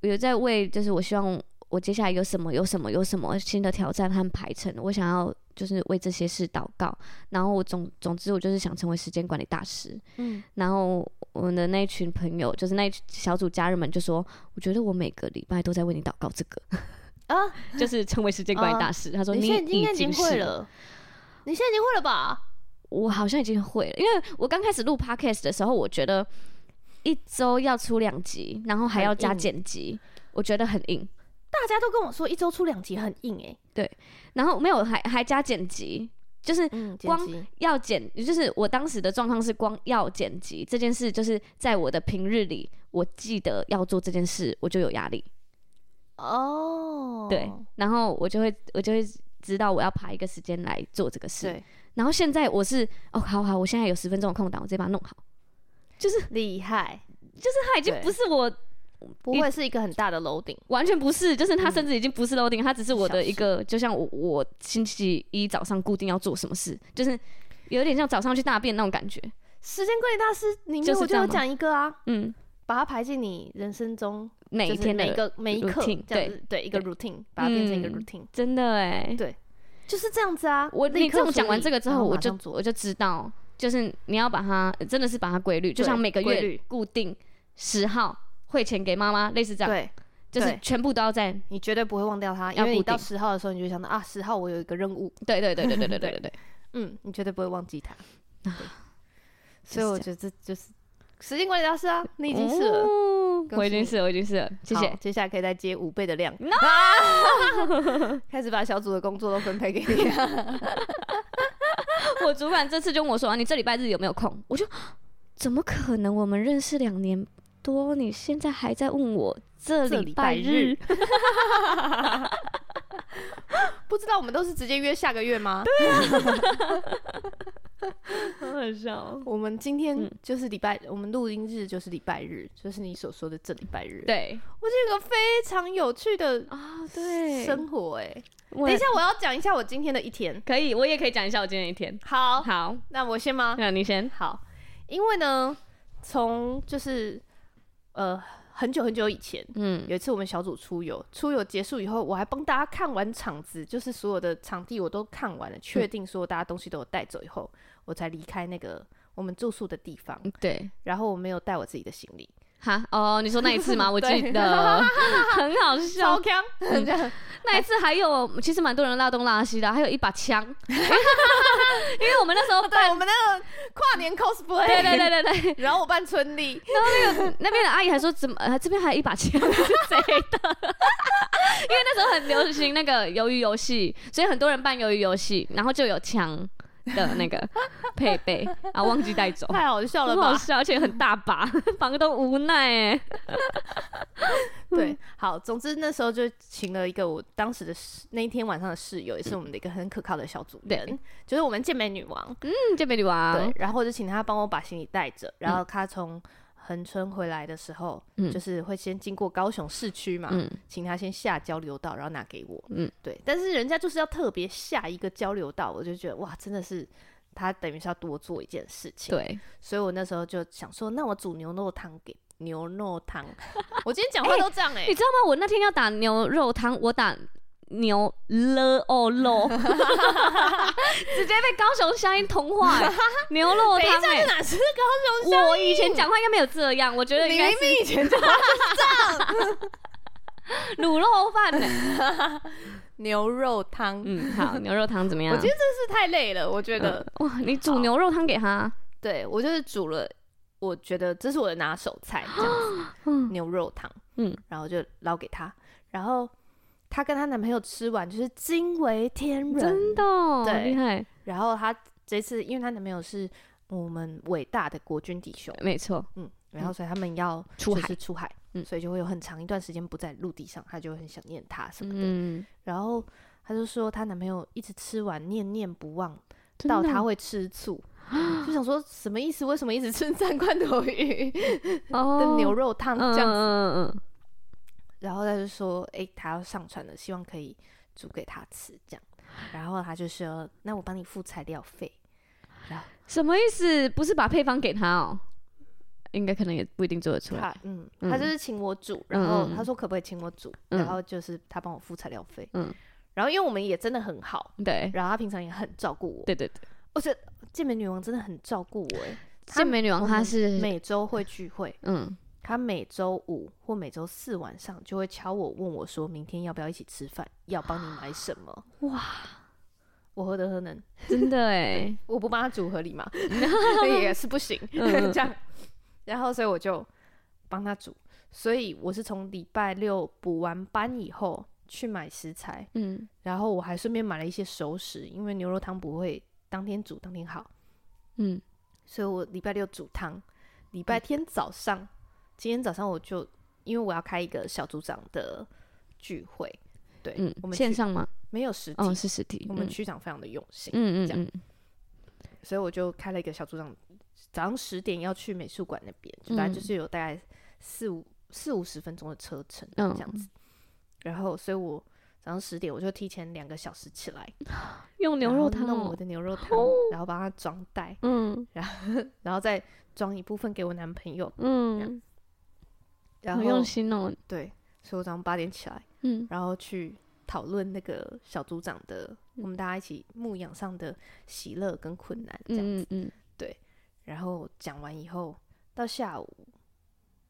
[SPEAKER 2] 有在为，就是我希望我接下来有什么有什么有什么新的挑战和排程，我想要就是为这些事祷告。然后我总总之我就是想成为时间管理大师。
[SPEAKER 1] 嗯
[SPEAKER 2] 然后我们的那一群朋友，就是那一群小组家人们就说，我觉得我每个礼拜都在为你祷告这个，
[SPEAKER 1] 啊，
[SPEAKER 2] 就是成为时间管理大师。他说
[SPEAKER 1] 你现在应该
[SPEAKER 2] 已
[SPEAKER 1] 已
[SPEAKER 2] 经
[SPEAKER 1] 经
[SPEAKER 2] 是
[SPEAKER 1] 会。了，你现在已经会了吧？
[SPEAKER 2] 我好像已经会了，因为我刚开始录 podcast 的时候，我觉得一周要出两集，然后还要加
[SPEAKER 1] 很硬
[SPEAKER 2] 剪辑，我觉得很硬。
[SPEAKER 1] 大家都跟我说一周出两集很硬哎、
[SPEAKER 2] 然后没有还还加剪辑，就是
[SPEAKER 1] 嗯，
[SPEAKER 2] 光
[SPEAKER 1] 剪辑
[SPEAKER 2] 要剪，就是我当时的状况是光要剪辑这件事，就是在我的平日里，我记得要做这件事，我就有压力，
[SPEAKER 1] 哦，
[SPEAKER 2] 对，然后我就会我就会知道我要排一个时间来做这个事。
[SPEAKER 1] 对，
[SPEAKER 2] 然后现在我是哦，好好，我现在有十分钟的空档，我直接把它弄好。
[SPEAKER 1] 厉害，
[SPEAKER 2] 它已经
[SPEAKER 1] 对
[SPEAKER 2] 不是我
[SPEAKER 1] 不会是一个很大的楼顶，
[SPEAKER 2] 完全不是，就是它
[SPEAKER 1] 嗯
[SPEAKER 2] 甚至已经不是 loading，、它只是我
[SPEAKER 1] 小
[SPEAKER 2] 的
[SPEAKER 1] 事
[SPEAKER 2] 一个，就像我我星期一早上固定要做什么事，就是有点像早上去大便那种感觉。
[SPEAKER 1] 时间管理大师里
[SPEAKER 2] 就
[SPEAKER 1] 面
[SPEAKER 2] 是
[SPEAKER 1] 我
[SPEAKER 2] 这
[SPEAKER 1] 就
[SPEAKER 2] 样
[SPEAKER 1] 有
[SPEAKER 2] 吗
[SPEAKER 1] 讲一个啊，
[SPEAKER 2] 嗯，
[SPEAKER 1] 把它排进你人生中
[SPEAKER 2] 每一
[SPEAKER 1] 就是
[SPEAKER 2] 天的、
[SPEAKER 1] 每一个每一刻
[SPEAKER 2] routine，
[SPEAKER 1] 这样子，对，一个 routine，把它变成一个
[SPEAKER 2] 嗯
[SPEAKER 1] routine，
[SPEAKER 2] 真的哎、
[SPEAKER 1] 对就是这样子啊。
[SPEAKER 2] 我
[SPEAKER 1] 立
[SPEAKER 2] 你
[SPEAKER 1] 刻
[SPEAKER 2] 这种讲完
[SPEAKER 1] 处理
[SPEAKER 2] 这个之后，
[SPEAKER 1] 然
[SPEAKER 2] 我
[SPEAKER 1] 马
[SPEAKER 2] 就
[SPEAKER 1] 上做
[SPEAKER 2] 我就知道，就是你要把它真的是把它规律，就
[SPEAKER 1] 对
[SPEAKER 2] 像每个
[SPEAKER 1] 规
[SPEAKER 2] 月
[SPEAKER 1] 律
[SPEAKER 2] 固定十号汇钱给妈妈，类似这样，
[SPEAKER 1] 对。
[SPEAKER 2] 就是
[SPEAKER 1] 对
[SPEAKER 2] 全部都要在。
[SPEAKER 1] 你绝对不会忘掉它，因
[SPEAKER 2] 要
[SPEAKER 1] 为
[SPEAKER 2] 固
[SPEAKER 1] 你到
[SPEAKER 2] 定
[SPEAKER 1] 十号的时候，你就想到啊，十号我有一个任务，
[SPEAKER 2] 对对对对对对对对对，
[SPEAKER 1] 嗯，你绝对不会忘 记它。对，
[SPEAKER 2] 就是
[SPEAKER 1] 所以我
[SPEAKER 2] 这
[SPEAKER 1] 觉得这就是时间管理大师啊， 你已经是了。
[SPEAKER 2] 哦
[SPEAKER 1] 恭
[SPEAKER 2] 我已
[SPEAKER 1] 喜
[SPEAKER 2] 经
[SPEAKER 1] 你
[SPEAKER 2] 是了，我已经是了，谢谢
[SPEAKER 1] 好。接下来可以再接五倍的量。 开始把小组的工作都分配给你、啊
[SPEAKER 2] 我主管这次就问我说、啊：“你这礼拜日有没有空？”我就怎么可能？我们认识两年多，你现在还在问我这
[SPEAKER 1] 这
[SPEAKER 2] 礼
[SPEAKER 1] 礼拜
[SPEAKER 2] 日
[SPEAKER 1] 日？ 不知道我们都是直接约下个月吗？对，
[SPEAKER 2] 好好笑。
[SPEAKER 1] 我们今天
[SPEAKER 2] 嗯
[SPEAKER 1] 就是礼拜，我们录音日就是礼拜日，就是你所说的这礼拜日。，
[SPEAKER 2] 对
[SPEAKER 1] 我这个非常有趣的
[SPEAKER 2] 啊、对，
[SPEAKER 1] 生活哎、
[SPEAKER 2] 我
[SPEAKER 1] 等一下，我要讲一下我今天的一天。
[SPEAKER 2] 可以，我也可以讲一下我今天的一天。
[SPEAKER 1] 好，
[SPEAKER 2] 好，
[SPEAKER 1] 那我先吗？
[SPEAKER 2] 那你先。
[SPEAKER 1] 好，因为呢，从就是呃很久很久以前，
[SPEAKER 2] 嗯，
[SPEAKER 1] 有一次我们小组出游，出游结束以后，我还帮大家看完场子，就是所有的场地我都看完了，确定说大家东西都有带走以后，我才离开那个我们住宿的地方。
[SPEAKER 2] 对。
[SPEAKER 1] 然后我没有带我自己的行李，
[SPEAKER 2] 哈哦，你说那一次 吗？我
[SPEAKER 1] 对
[SPEAKER 2] 记得，很好
[SPEAKER 1] 超
[SPEAKER 2] 笑。
[SPEAKER 1] 强，这样
[SPEAKER 2] 那一次还有，其实蛮多人拉东拉西的，还有一把枪， 因为我们那时候
[SPEAKER 1] 对我
[SPEAKER 2] 办，
[SPEAKER 1] 们那个跨年 cosplay，
[SPEAKER 2] 对对对对对，
[SPEAKER 1] 然后我扮春丽，
[SPEAKER 2] 那边的阿姨还说怎么、呃、这边还有一把枪 是谁的？因为那时候很流行那个鱿鱼游戏，所以很多人办鱿鱼游戏，然后就有枪的那个配备啊，忘记带走。
[SPEAKER 1] 太好笑了
[SPEAKER 2] 很好
[SPEAKER 1] 吧？
[SPEAKER 2] 笑，而且很大把，房东无奈哎。 嗯
[SPEAKER 1] 对，好，总之那时候就请了一个我当时的室那一天晚上的室友，也是我们的一个很可靠的小组
[SPEAKER 2] 嗯对
[SPEAKER 1] 人，就是我们健美女王。
[SPEAKER 2] 嗯，健美女王
[SPEAKER 1] 对，，然后我就请她帮我把行李带着，然后她从恒春回来的时候，
[SPEAKER 2] 嗯
[SPEAKER 1] 就是会先经过高雄市区嘛，
[SPEAKER 2] 嗯
[SPEAKER 1] 请她先下交流道，然后拿给我。
[SPEAKER 2] 嗯
[SPEAKER 1] 对，但是人家就是要特别下一个交流道，我就觉得哇，真的是。她等于是要多做一件事情，，
[SPEAKER 2] 对，
[SPEAKER 1] 所以我那时候就想说，那我煮牛肉汤给牛肉 汤。我今天讲话都这样哎、
[SPEAKER 2] 你知道吗？我那天要打牛肉汤，我打牛 了哦 肉，直接被高雄乡音同化 欸、牛肉
[SPEAKER 1] 等一
[SPEAKER 2] 汤
[SPEAKER 1] 下，
[SPEAKER 2] 哎、
[SPEAKER 1] 这哪是高雄乡
[SPEAKER 2] 我以前讲话应该没有这样，我觉得
[SPEAKER 1] 你
[SPEAKER 2] 应该
[SPEAKER 1] 明
[SPEAKER 2] 是
[SPEAKER 1] 明以前就
[SPEAKER 2] 卤肉饭呢、
[SPEAKER 1] 牛肉汤，
[SPEAKER 2] 嗯，好，牛肉汤怎么样？
[SPEAKER 1] 我觉得真是太累了。我觉得，哦
[SPEAKER 2] 嗯哇，你煮
[SPEAKER 1] 好
[SPEAKER 2] 牛肉汤给他，
[SPEAKER 1] 对我就是煮了，我觉得这是我的拿手菜，这样子
[SPEAKER 2] 嗯
[SPEAKER 1] 牛肉汤，
[SPEAKER 2] 嗯，
[SPEAKER 1] 然后就捞给她，然后她跟她男朋友吃完就是惊为天人
[SPEAKER 2] 真，的哦
[SPEAKER 1] 对
[SPEAKER 2] 厉害，
[SPEAKER 1] 然后她这次因为她男朋友是我们伟大的国军弟兄，
[SPEAKER 2] 没错，
[SPEAKER 1] 嗯，然后所以他们要
[SPEAKER 2] 出
[SPEAKER 1] 就是
[SPEAKER 2] 海
[SPEAKER 1] 出海，
[SPEAKER 2] 嗯
[SPEAKER 1] 所以就会有很长一段时间不在陆地上，她就很想念他什么的，
[SPEAKER 2] 嗯，
[SPEAKER 1] 然后她就说她男朋友一直吃完念念不忘，
[SPEAKER 2] 真
[SPEAKER 1] 到
[SPEAKER 2] 的
[SPEAKER 1] 她会吃 醋，就想说什么意思？为什么一直吃三罐头鱼的
[SPEAKER 2] 哦
[SPEAKER 1] 牛肉汤
[SPEAKER 2] 嗯
[SPEAKER 1] 这样子？
[SPEAKER 2] 嗯嗯
[SPEAKER 1] 然后她就说，诶，她要上船了，希望可以煮给她吃这样。然后她就说，那我帮你付材料费。
[SPEAKER 2] 嗯，什么意思？不是把配方给他哦，应该可能也不一定做得出来。
[SPEAKER 1] 她嗯，她就是请我煮，然后她说可不可以请我煮，
[SPEAKER 2] 嗯
[SPEAKER 1] 然后就是她帮我付材料费。
[SPEAKER 2] 嗯
[SPEAKER 1] 然后因为我们也真的很好，
[SPEAKER 2] 对
[SPEAKER 1] 然后她平常也很照顾我。
[SPEAKER 2] 对对对，
[SPEAKER 1] 我觉得健美女王真的很照顾我、诶，她
[SPEAKER 2] 健美女王
[SPEAKER 1] 我
[SPEAKER 2] 她
[SPEAKER 1] 们
[SPEAKER 2] 是
[SPEAKER 1] 每周会聚会。
[SPEAKER 2] 嗯
[SPEAKER 1] 他每周五或每周四晚上就会敲我，问我说明天要不要一起吃饭，要帮你买什么。
[SPEAKER 2] 哇，
[SPEAKER 1] 我何德何能？
[SPEAKER 2] 真的 哎，
[SPEAKER 1] 我不帮他煮合理 吗？所以也是不 行，
[SPEAKER 2] 嗯
[SPEAKER 1] 这样。然后所以我就帮他煮，所以我是从礼拜六补完班以后去买食材，
[SPEAKER 2] 嗯
[SPEAKER 1] 然后我还顺便买了一些熟食，因为牛肉汤不会当天煮当天好，
[SPEAKER 2] 嗯，
[SPEAKER 1] 所以我礼拜六煮汤，礼拜天早上，今天早上我就因为我要开一个小组长的聚会，对，
[SPEAKER 2] 嗯
[SPEAKER 1] 我，们
[SPEAKER 2] 线
[SPEAKER 1] 去
[SPEAKER 2] 上吗？
[SPEAKER 1] 没有实体，
[SPEAKER 2] 哦，是实体，
[SPEAKER 1] 我们
[SPEAKER 2] 嗯
[SPEAKER 1] 区长非常的用心，
[SPEAKER 2] 嗯
[SPEAKER 1] 这样
[SPEAKER 2] 嗯嗯，
[SPEAKER 1] 所以我就开了一个小组长，早上十点要去美术馆那边，就大概
[SPEAKER 2] 嗯
[SPEAKER 1] 就是有大概四五四五十分钟的车程啊这
[SPEAKER 2] 嗯
[SPEAKER 1] 样子，然后所以我。早上十点，我就提前两个小时起来，
[SPEAKER 2] 用牛
[SPEAKER 1] 然
[SPEAKER 2] 肉
[SPEAKER 1] 后
[SPEAKER 2] 汤
[SPEAKER 1] 弄我
[SPEAKER 2] 哦，
[SPEAKER 1] 的牛肉汤，然后帮它装袋，
[SPEAKER 2] 嗯
[SPEAKER 1] 然后再装一部分给我男朋友，
[SPEAKER 2] 嗯，
[SPEAKER 1] 然
[SPEAKER 2] 好
[SPEAKER 1] 后
[SPEAKER 2] 用心哦，
[SPEAKER 1] 对，所以我早上八点起来，
[SPEAKER 2] 嗯。
[SPEAKER 1] 然后去讨论那个小组长的，我们大家一起牧养上的喜乐跟困难这样。
[SPEAKER 2] 嗯嗯
[SPEAKER 1] 然后讲完以后，到下午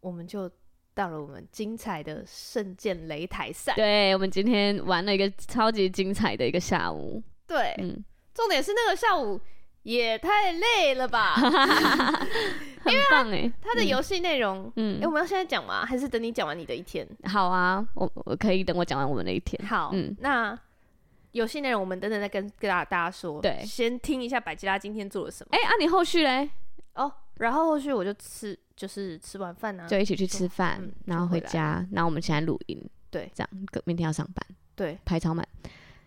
[SPEAKER 1] 我们就到了我们精彩的圣剑擂台赛
[SPEAKER 2] 嗯，。对，我们今天玩了一个超级精彩的一个下午，
[SPEAKER 1] 对，
[SPEAKER 2] 嗯，
[SPEAKER 1] 重点是那个下午也太累了 吧？
[SPEAKER 2] 很棒哎，
[SPEAKER 1] 它的游戏内容，哎、
[SPEAKER 2] 嗯，
[SPEAKER 1] 我们要现在讲吗？还是等你讲完你的一天？
[SPEAKER 2] 好啊，我我可以等我讲完我们的一天，
[SPEAKER 1] 好，
[SPEAKER 2] 嗯
[SPEAKER 1] 那。游戏内容我们等等再跟跟大大家说，
[SPEAKER 2] 对
[SPEAKER 1] 先听一下百吉拉今天做了什么。
[SPEAKER 2] 哎、啊，你后续嘞？
[SPEAKER 1] 哦，然后后续我就吃，就是吃完饭啊，
[SPEAKER 2] 就一起去吃饭，
[SPEAKER 1] 嗯
[SPEAKER 2] 然后
[SPEAKER 1] 就
[SPEAKER 2] 回
[SPEAKER 1] 回来
[SPEAKER 2] 家，然后我们现在录音，
[SPEAKER 1] 对
[SPEAKER 2] 这样隔明天要上班，
[SPEAKER 1] 对，
[SPEAKER 2] 排超满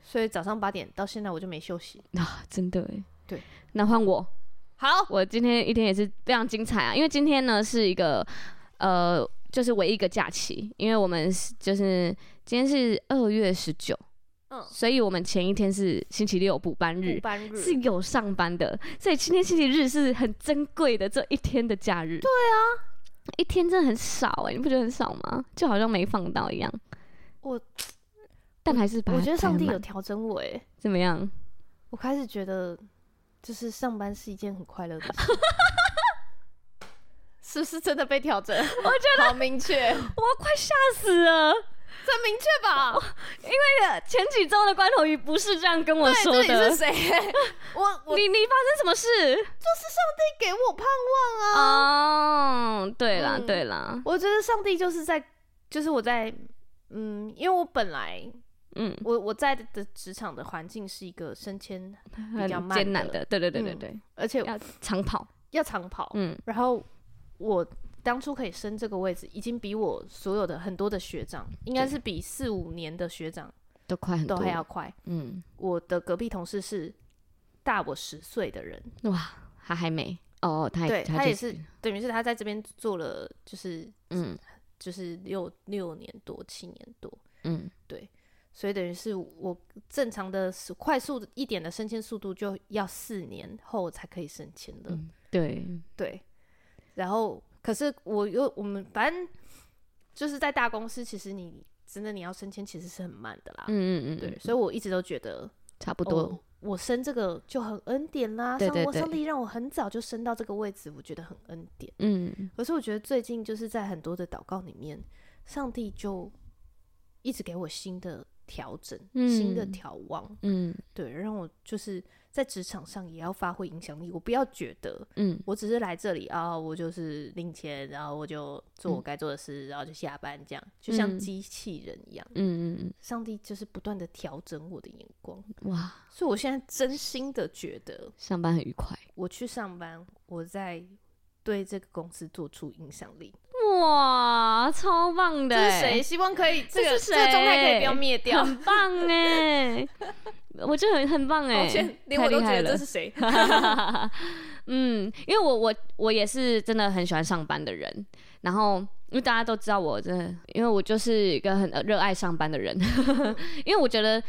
[SPEAKER 1] 所以早上八点到现在我就没休息。
[SPEAKER 2] 啊，真的哎。
[SPEAKER 1] 对，
[SPEAKER 2] 那换我，
[SPEAKER 1] 好，
[SPEAKER 2] 我今天一天也是非常精彩啊，因为今天呢是一个呃，就是唯一一个假期，因为我们是就是今天是二月十九，
[SPEAKER 1] 嗯，
[SPEAKER 2] 所以我们前一天是星期六补班日
[SPEAKER 1] 补。班日
[SPEAKER 2] 是有上班的，所以今天星期日是很珍贵的这一天的假日。对啊，一天真的很少哎、你不觉得很少吗？就好像没放到一样。
[SPEAKER 1] 我，
[SPEAKER 2] 但还是把它
[SPEAKER 1] 我觉得上帝
[SPEAKER 2] 排满
[SPEAKER 1] 有调整我诶，
[SPEAKER 2] 怎么样？
[SPEAKER 1] 我开始觉得就是上班是一件很快乐的事， 是不是真的被调整？ 我觉得好明 确，很
[SPEAKER 2] 我快吓死了！
[SPEAKER 1] 明确吧？
[SPEAKER 2] 前几周的关头鱼不是这样跟我
[SPEAKER 1] 对，
[SPEAKER 2] 说
[SPEAKER 1] 这里是
[SPEAKER 2] 的。
[SPEAKER 1] 谁？ 我我
[SPEAKER 2] 你你发生什么事？
[SPEAKER 1] 就是上帝给我盼望啊！
[SPEAKER 2] 哦，对啦、
[SPEAKER 1] 嗯
[SPEAKER 2] 对啦，
[SPEAKER 1] 我觉得上帝就是在，就是我在，嗯，因为我本来
[SPEAKER 2] 嗯，
[SPEAKER 1] 我我在的职场的环境是一个升迁，
[SPEAKER 2] 很
[SPEAKER 1] 较慢的
[SPEAKER 2] 艰难的，对对对对
[SPEAKER 1] 嗯
[SPEAKER 2] 对，
[SPEAKER 1] 而且
[SPEAKER 2] 要长跑，
[SPEAKER 1] 要长跑，
[SPEAKER 2] 嗯
[SPEAKER 1] 然后我当初可以升这个位置，已经比我所有的很多的学长，应该是比四五年的学长
[SPEAKER 2] 都快很
[SPEAKER 1] 都
[SPEAKER 2] 多，
[SPEAKER 1] 还要快。
[SPEAKER 2] 嗯，
[SPEAKER 1] 我的隔壁同事是大我十岁的人，
[SPEAKER 2] 哇，他还没哦，他
[SPEAKER 1] 对
[SPEAKER 2] 他
[SPEAKER 1] 他也
[SPEAKER 2] 就是
[SPEAKER 1] 等于是他在这边做了就是
[SPEAKER 2] 嗯
[SPEAKER 1] 就是六六年多七年多，
[SPEAKER 2] 嗯
[SPEAKER 1] 所以等于是我正常的快速一点的升迁速度就要四年后才可以升迁的。
[SPEAKER 2] 嗯，对，
[SPEAKER 1] 对，然后可是我又我们反正就是在大公司，其实你真的你要升迁其实是很慢的啦。
[SPEAKER 2] 嗯嗯嗯，
[SPEAKER 1] 对，，所以我一直都觉得
[SPEAKER 2] 差不
[SPEAKER 1] 不
[SPEAKER 2] 多，
[SPEAKER 1] 我升这个就很恩典啦，
[SPEAKER 2] 对
[SPEAKER 1] 上
[SPEAKER 2] 对
[SPEAKER 1] 我
[SPEAKER 2] 对
[SPEAKER 1] 上帝让我很早就升到这个位置，我觉得很恩典。
[SPEAKER 2] 嗯，
[SPEAKER 1] 可是我觉得最近就是在很多的祷告里面，上帝就一直给我新的调整、新的
[SPEAKER 2] 嗯
[SPEAKER 1] 调望，
[SPEAKER 2] 嗯
[SPEAKER 1] 对，让我就是在职场上也要发挥影响力。我不要觉得
[SPEAKER 2] 嗯
[SPEAKER 1] 我只是来这里啊，我就是领钱，然后我就做我该做的事，然后就下班，这样就像
[SPEAKER 2] 嗯
[SPEAKER 1] 机器人一样。
[SPEAKER 2] 嗯嗯
[SPEAKER 1] 上帝就是不断的调整我的眼光，
[SPEAKER 2] 嗯，哇，
[SPEAKER 1] 所以我现在真心的觉得，
[SPEAKER 2] 上班很愉快，
[SPEAKER 1] 我去上班，我在对这个公司做出影响力。
[SPEAKER 2] 哇，超棒的
[SPEAKER 1] 这是
[SPEAKER 2] 欸，
[SPEAKER 1] 谁？希望可以这个
[SPEAKER 2] 这是谁
[SPEAKER 1] 个状态可以不要灭掉。
[SPEAKER 2] 很棒 哎，我觉得很很棒哎
[SPEAKER 1] 抱歉，，连
[SPEAKER 2] 太
[SPEAKER 1] 我都
[SPEAKER 2] 厉
[SPEAKER 1] 觉
[SPEAKER 2] 害
[SPEAKER 1] 得
[SPEAKER 2] 了
[SPEAKER 1] 这。是谁。
[SPEAKER 2] 嗯，因为我我我也是真的很喜欢上班的人，然后因为大家都知道我真的，因为我就是一个很呃热爱上班的人， 因为我觉得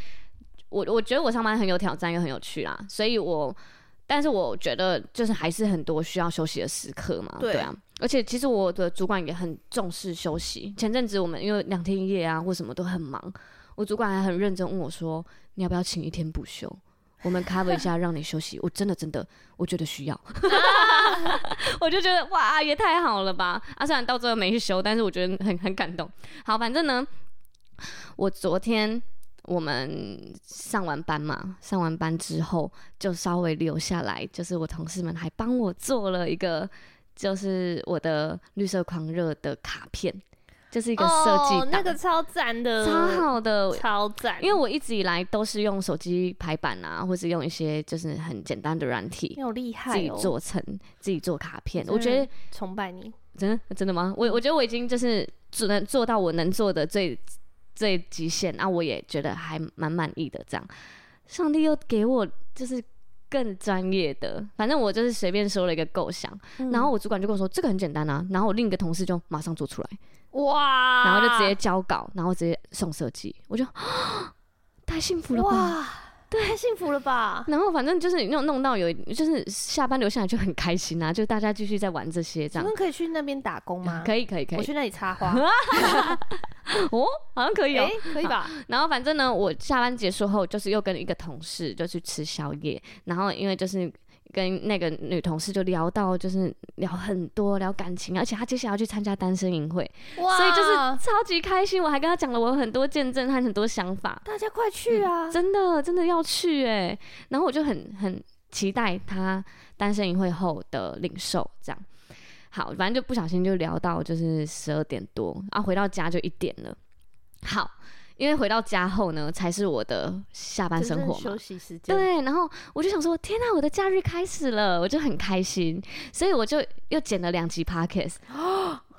[SPEAKER 2] 我我觉得我上班很有挑战又很有趣啦，所以我但是我觉得就是还是很多需要休息的时刻嘛，
[SPEAKER 1] 对
[SPEAKER 2] 对啊。而且其实我的主管也很重视休息。前阵子我们因为两天一夜啊或什么都很忙，我主管还很认真问我说：“你要不要请一天补休？我们 cover 一下，让你休息。”我真的真的我觉得需要，我就觉得哇，也太好了吧！啊，虽然到最后没去修，但是我觉得很很感动。好，反正呢，我昨天我们上完班嘛，上完班之后就稍微留下来，就是我同事们还帮我做了一个，就是我的绿色狂热的卡片，就是一
[SPEAKER 1] 一
[SPEAKER 2] 个设计档、
[SPEAKER 1] 哦那个超赞的，
[SPEAKER 2] 超好的，
[SPEAKER 1] 超赞。
[SPEAKER 2] 因为我一直以来都是用手机排版啊，或是用一些就是很简单的软体
[SPEAKER 1] 你。好厉害、哦，
[SPEAKER 2] 自己做成，自己做卡片，
[SPEAKER 1] 真的
[SPEAKER 2] 我觉得
[SPEAKER 1] 崇拜你。
[SPEAKER 2] 真的真的吗？我我觉得我已经就是只能做到我能做的最最极限，啊那、我也觉得还蛮满意的。这样，上帝又给我就是更专业的，反正我就是随便说了一个构想，
[SPEAKER 1] 嗯
[SPEAKER 2] 然后我主管就跟我说这个很简单啊，然后我另一个同事就马上做出来，
[SPEAKER 1] 哇，
[SPEAKER 2] 然后就直接交稿，然后直接送设计，我就太幸福了吧！
[SPEAKER 1] 哇，太幸福了吧！
[SPEAKER 2] 然后反正就是弄弄到有，就是下班留下来就很开心啊，就大家继续在玩这些 这
[SPEAKER 1] 请
[SPEAKER 2] 样
[SPEAKER 1] 问，可以去那边打工吗？
[SPEAKER 2] 可以可以可
[SPEAKER 1] 我
[SPEAKER 2] 以
[SPEAKER 1] 去那里插花，
[SPEAKER 2] 哦，好像 可以哦
[SPEAKER 1] 哎。，可以吧？
[SPEAKER 2] 然后反正呢，我下班结束后就是又跟一个同事就去吃宵夜，然后因为就是。跟那个女同事就聊到，就是聊很多聊感情，而且她接下来要去参加单身营会，
[SPEAKER 1] 哇，
[SPEAKER 2] 所以就是超级开心。我还跟她讲了我有很多见证和很多想法，
[SPEAKER 1] 大家快去啊！
[SPEAKER 2] 真的真的要去哎、然后我就很很期待他单身营会后的领受这样。好，反正就不小心就聊到就是十二点多啊，回到家就一点了。好，因为回到家后呢，才是我的下班
[SPEAKER 3] 真正
[SPEAKER 2] 生活嘛
[SPEAKER 3] 休。息时间，
[SPEAKER 2] 对，然后我就想说，天呐，我的假日开始了，我就很开心，所以我就又剪了两集 podcast，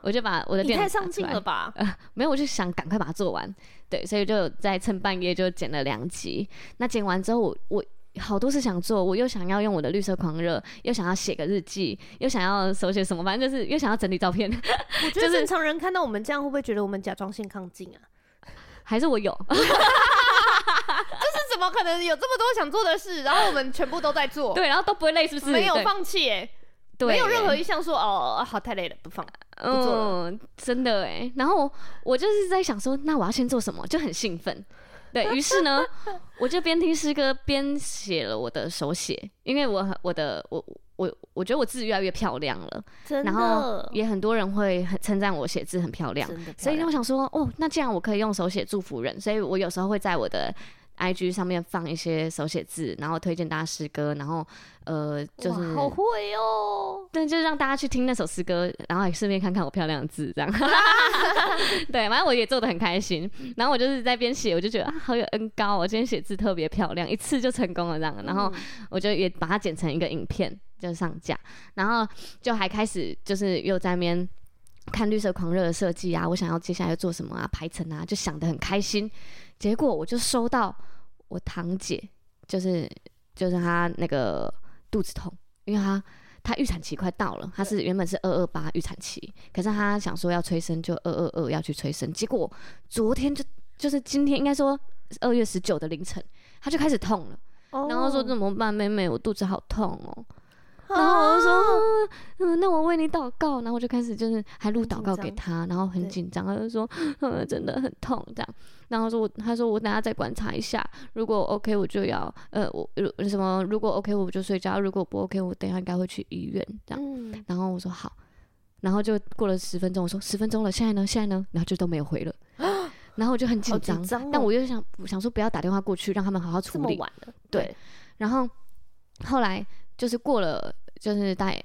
[SPEAKER 2] 我就把我的
[SPEAKER 3] 你
[SPEAKER 2] 电脑
[SPEAKER 3] 太
[SPEAKER 2] 拿
[SPEAKER 3] 上
[SPEAKER 2] 出
[SPEAKER 3] 进
[SPEAKER 2] 来
[SPEAKER 3] 了吧？
[SPEAKER 2] 没有，我就想赶快把它做完，对，所以就在趁半夜就剪了两集。那剪完之后我，我好多事想做，我又想要用我的绿色狂热，又想要写个日记，又想要手写什么，反正就是又想要整理照片，
[SPEAKER 3] 我觉得正常人看到我们这样，会不会觉得我们甲状腺亢进啊？
[SPEAKER 2] 还是我有，
[SPEAKER 3] 这怎么可能有这么多想做的事，然后我们全部都在做，
[SPEAKER 2] 对，然后都不会累，是不是？
[SPEAKER 3] 没有
[SPEAKER 2] 对，
[SPEAKER 3] 放弃哎，
[SPEAKER 2] 对
[SPEAKER 3] 没有任
[SPEAKER 2] 耶
[SPEAKER 3] 何一项说哦好太累了不放，不做了
[SPEAKER 2] 嗯，真的哎。然后我就是在想说，那我要先做什么，就很兴奋。对于是呢，我就边听诗歌边写了我的手写，因为我很我的我我我觉得我字越来越漂亮了，
[SPEAKER 3] 真
[SPEAKER 2] 然后也很多人会很称赞我写字很漂亮，
[SPEAKER 3] 真的，
[SPEAKER 2] 所以让我想说，哦，那既然我可以用手写祝福人，所以我有时候会在我的 IG 上面放一些手写字，然后推荐大家诗歌，然后呃，就是
[SPEAKER 3] 哇好会哦，
[SPEAKER 2] 对，就是让大家去听那首诗歌，然后也顺便看看我漂亮的字，这样。 对，反正我也做的很开心。然后我就是在边写，我就觉得啊，好有恩高哦，我今天写字特别漂亮，一次就成功了这样。然后我就也把它剪成一个影片，就上架。然后就还开始就是又在那边看绿色狂热的设计啊，我想要接下来要做什么啊，排程啊，就想得很开心。结果我就收到我堂姐，就是就是她那个肚子痛，因为她她预产期快到了，她是原本是二二八预产期，可是她想说要催生就二二二要去催生，结果昨天就就是今天应该说二月十九的凌晨，她就开始痛了，然后说
[SPEAKER 3] 么，
[SPEAKER 2] 怎么办，妹妹我肚子好痛哦、然
[SPEAKER 3] 然
[SPEAKER 2] 后我就说，嗯，那我为你祷告。然后我就开始就是还录
[SPEAKER 3] 很
[SPEAKER 2] 祷
[SPEAKER 3] 紧
[SPEAKER 2] 告给
[SPEAKER 3] 张
[SPEAKER 2] 他，然后很
[SPEAKER 3] 对
[SPEAKER 2] 紧张，他就说，嗯，真的很痛这样。然后说我，他说我等下再观察一下，如果 OK 我就要，呃，我如什么如果 OK 我就睡觉，如果不 OK 我等一下应该会去医院这样。
[SPEAKER 3] 嗯，
[SPEAKER 2] 然后我说好，然后就过了十分钟，我说十分钟了，现在呢？现在呢？然后就都没有回了。 然后我就很
[SPEAKER 3] 啊
[SPEAKER 2] 紧
[SPEAKER 3] 好紧
[SPEAKER 2] 张，
[SPEAKER 3] 张
[SPEAKER 2] 但
[SPEAKER 3] 哦
[SPEAKER 2] 我又想我想说不要打电话过去，让他们好好处
[SPEAKER 3] 这么
[SPEAKER 2] 理。
[SPEAKER 3] 晚了，
[SPEAKER 2] 对，然后后来就是过了，就是大概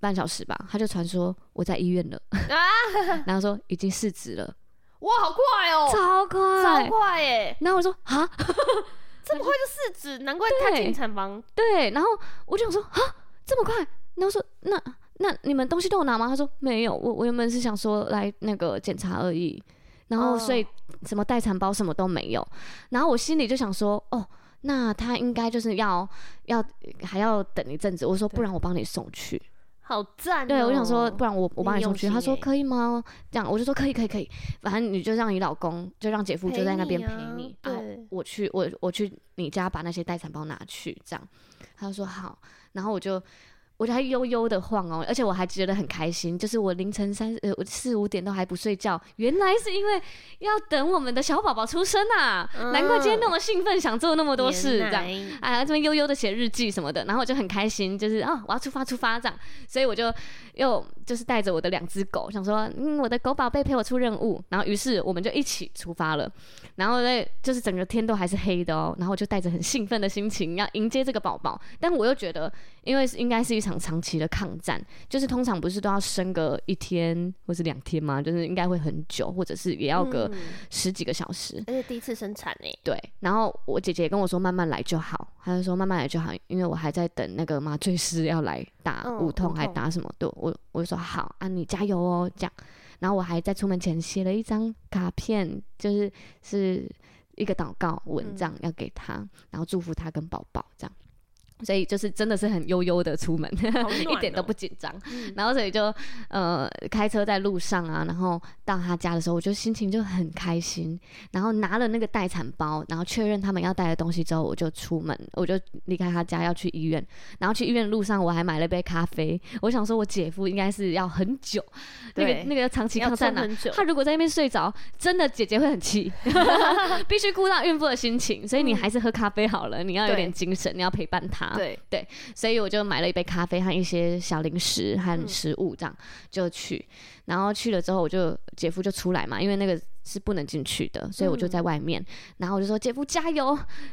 [SPEAKER 2] 半小时吧，他就传说我在医院了，
[SPEAKER 3] 啊
[SPEAKER 2] 然后说已经市值了，
[SPEAKER 3] 哇，好快哦，
[SPEAKER 2] 超
[SPEAKER 3] 超
[SPEAKER 2] 快。
[SPEAKER 3] 快哎，
[SPEAKER 2] 然后我说啊，
[SPEAKER 3] 这么快就四指，难怪他
[SPEAKER 2] 对
[SPEAKER 3] 进产房，
[SPEAKER 2] 对，然后我就想说啊，这么快？然后说那那你们东西都有拿吗？他说没有，我我原本是想说来那个检查而已，然后
[SPEAKER 3] 哦
[SPEAKER 2] 所以什么待产包什么都没有，然后我心里就想说哦。那他应该就是要要还要等一阵子，我说不
[SPEAKER 3] 对
[SPEAKER 2] 然我帮你送去，
[SPEAKER 3] 好赞哦，
[SPEAKER 2] 对，我想说，不然我我帮
[SPEAKER 3] 你
[SPEAKER 2] 你送
[SPEAKER 3] 用
[SPEAKER 2] 去。他
[SPEAKER 3] 心
[SPEAKER 2] 说
[SPEAKER 3] 欸
[SPEAKER 2] 可以吗？这样我就说可以可以可以，反正你就让你老公，就让姐夫就
[SPEAKER 3] 陪
[SPEAKER 2] 在那
[SPEAKER 3] 你
[SPEAKER 2] 边陪
[SPEAKER 3] 啊
[SPEAKER 2] 你，啊
[SPEAKER 3] 对
[SPEAKER 2] 我去我我去你家把那些待产包拿去，这样。他就说好，然后我就。我就还悠悠的晃哦，而且我还觉得很开心，就是我凌晨三呃我四五点都还不睡觉，原来是因为要等我们的小宝宝出生啊，难怪今天那么兴奋，想做那么多事这样。
[SPEAKER 3] 样，
[SPEAKER 2] 哎呀，这边悠悠的写日记什么的，然后我就很开心，就是啊、我要出发出发这样，所以我就又就是带着我的两只狗，想说，嗯，我的狗宝贝陪我出任务，然后于是我们就一起出发了，然后呢，就是整个天都还是黑的哦，然后我就带着很兴奋的心情要迎接这个宝宝，但我又觉得，因为是应该是一场长期的抗战，就是通常不是都要生个一天或是两天吗？就是应该会很久，或者是也要个
[SPEAKER 3] 嗯
[SPEAKER 2] 十几个小时，
[SPEAKER 3] 而且第一次生产哎，
[SPEAKER 2] 对，然后我姐姐也跟我说慢慢来就好，她就说慢慢来就好，因为我还在等那个麻醉师要来打
[SPEAKER 3] 嗯
[SPEAKER 2] 无痛
[SPEAKER 3] 无
[SPEAKER 2] 还
[SPEAKER 3] 痛
[SPEAKER 2] 打什么，对我我就说好啊，你加油哦这样。然后我还在出门前写了一张卡片，就是是一个祷告文
[SPEAKER 3] 嗯
[SPEAKER 2] 章要给她，然后祝福她跟宝宝这样。所以就是真的是很悠悠的出门，一
[SPEAKER 3] 暖
[SPEAKER 2] 点都
[SPEAKER 3] 哦
[SPEAKER 2] 不紧张。然后所以就呃开车在路上啊，然后到他家的时候，我就心情就很开心。然后拿了那个待产包，然后确认他们要带的东西之后，我就出门，我就离开他家要去医院。然后去医院的路上，我还买了一杯咖啡。 我想说，我姐夫应该是要很久，那个
[SPEAKER 3] 对
[SPEAKER 2] 那个长期
[SPEAKER 3] 要
[SPEAKER 2] 抗战
[SPEAKER 3] 撑
[SPEAKER 2] 啊
[SPEAKER 3] 很久
[SPEAKER 2] 他如果在那边睡着，真的姐姐会 很气，必须顾到孕妇的心情。所以你还是喝咖啡好了，你要有
[SPEAKER 3] 对
[SPEAKER 2] 点精神，你要陪伴他。
[SPEAKER 3] 对，
[SPEAKER 2] 所以我就买了一杯咖啡和一些小零食和食物，这样、就去。然后去了之后，我就姐夫就出来嘛，因为那个是不能进去的，所以我就在外面。然后我就说：“姐夫加油！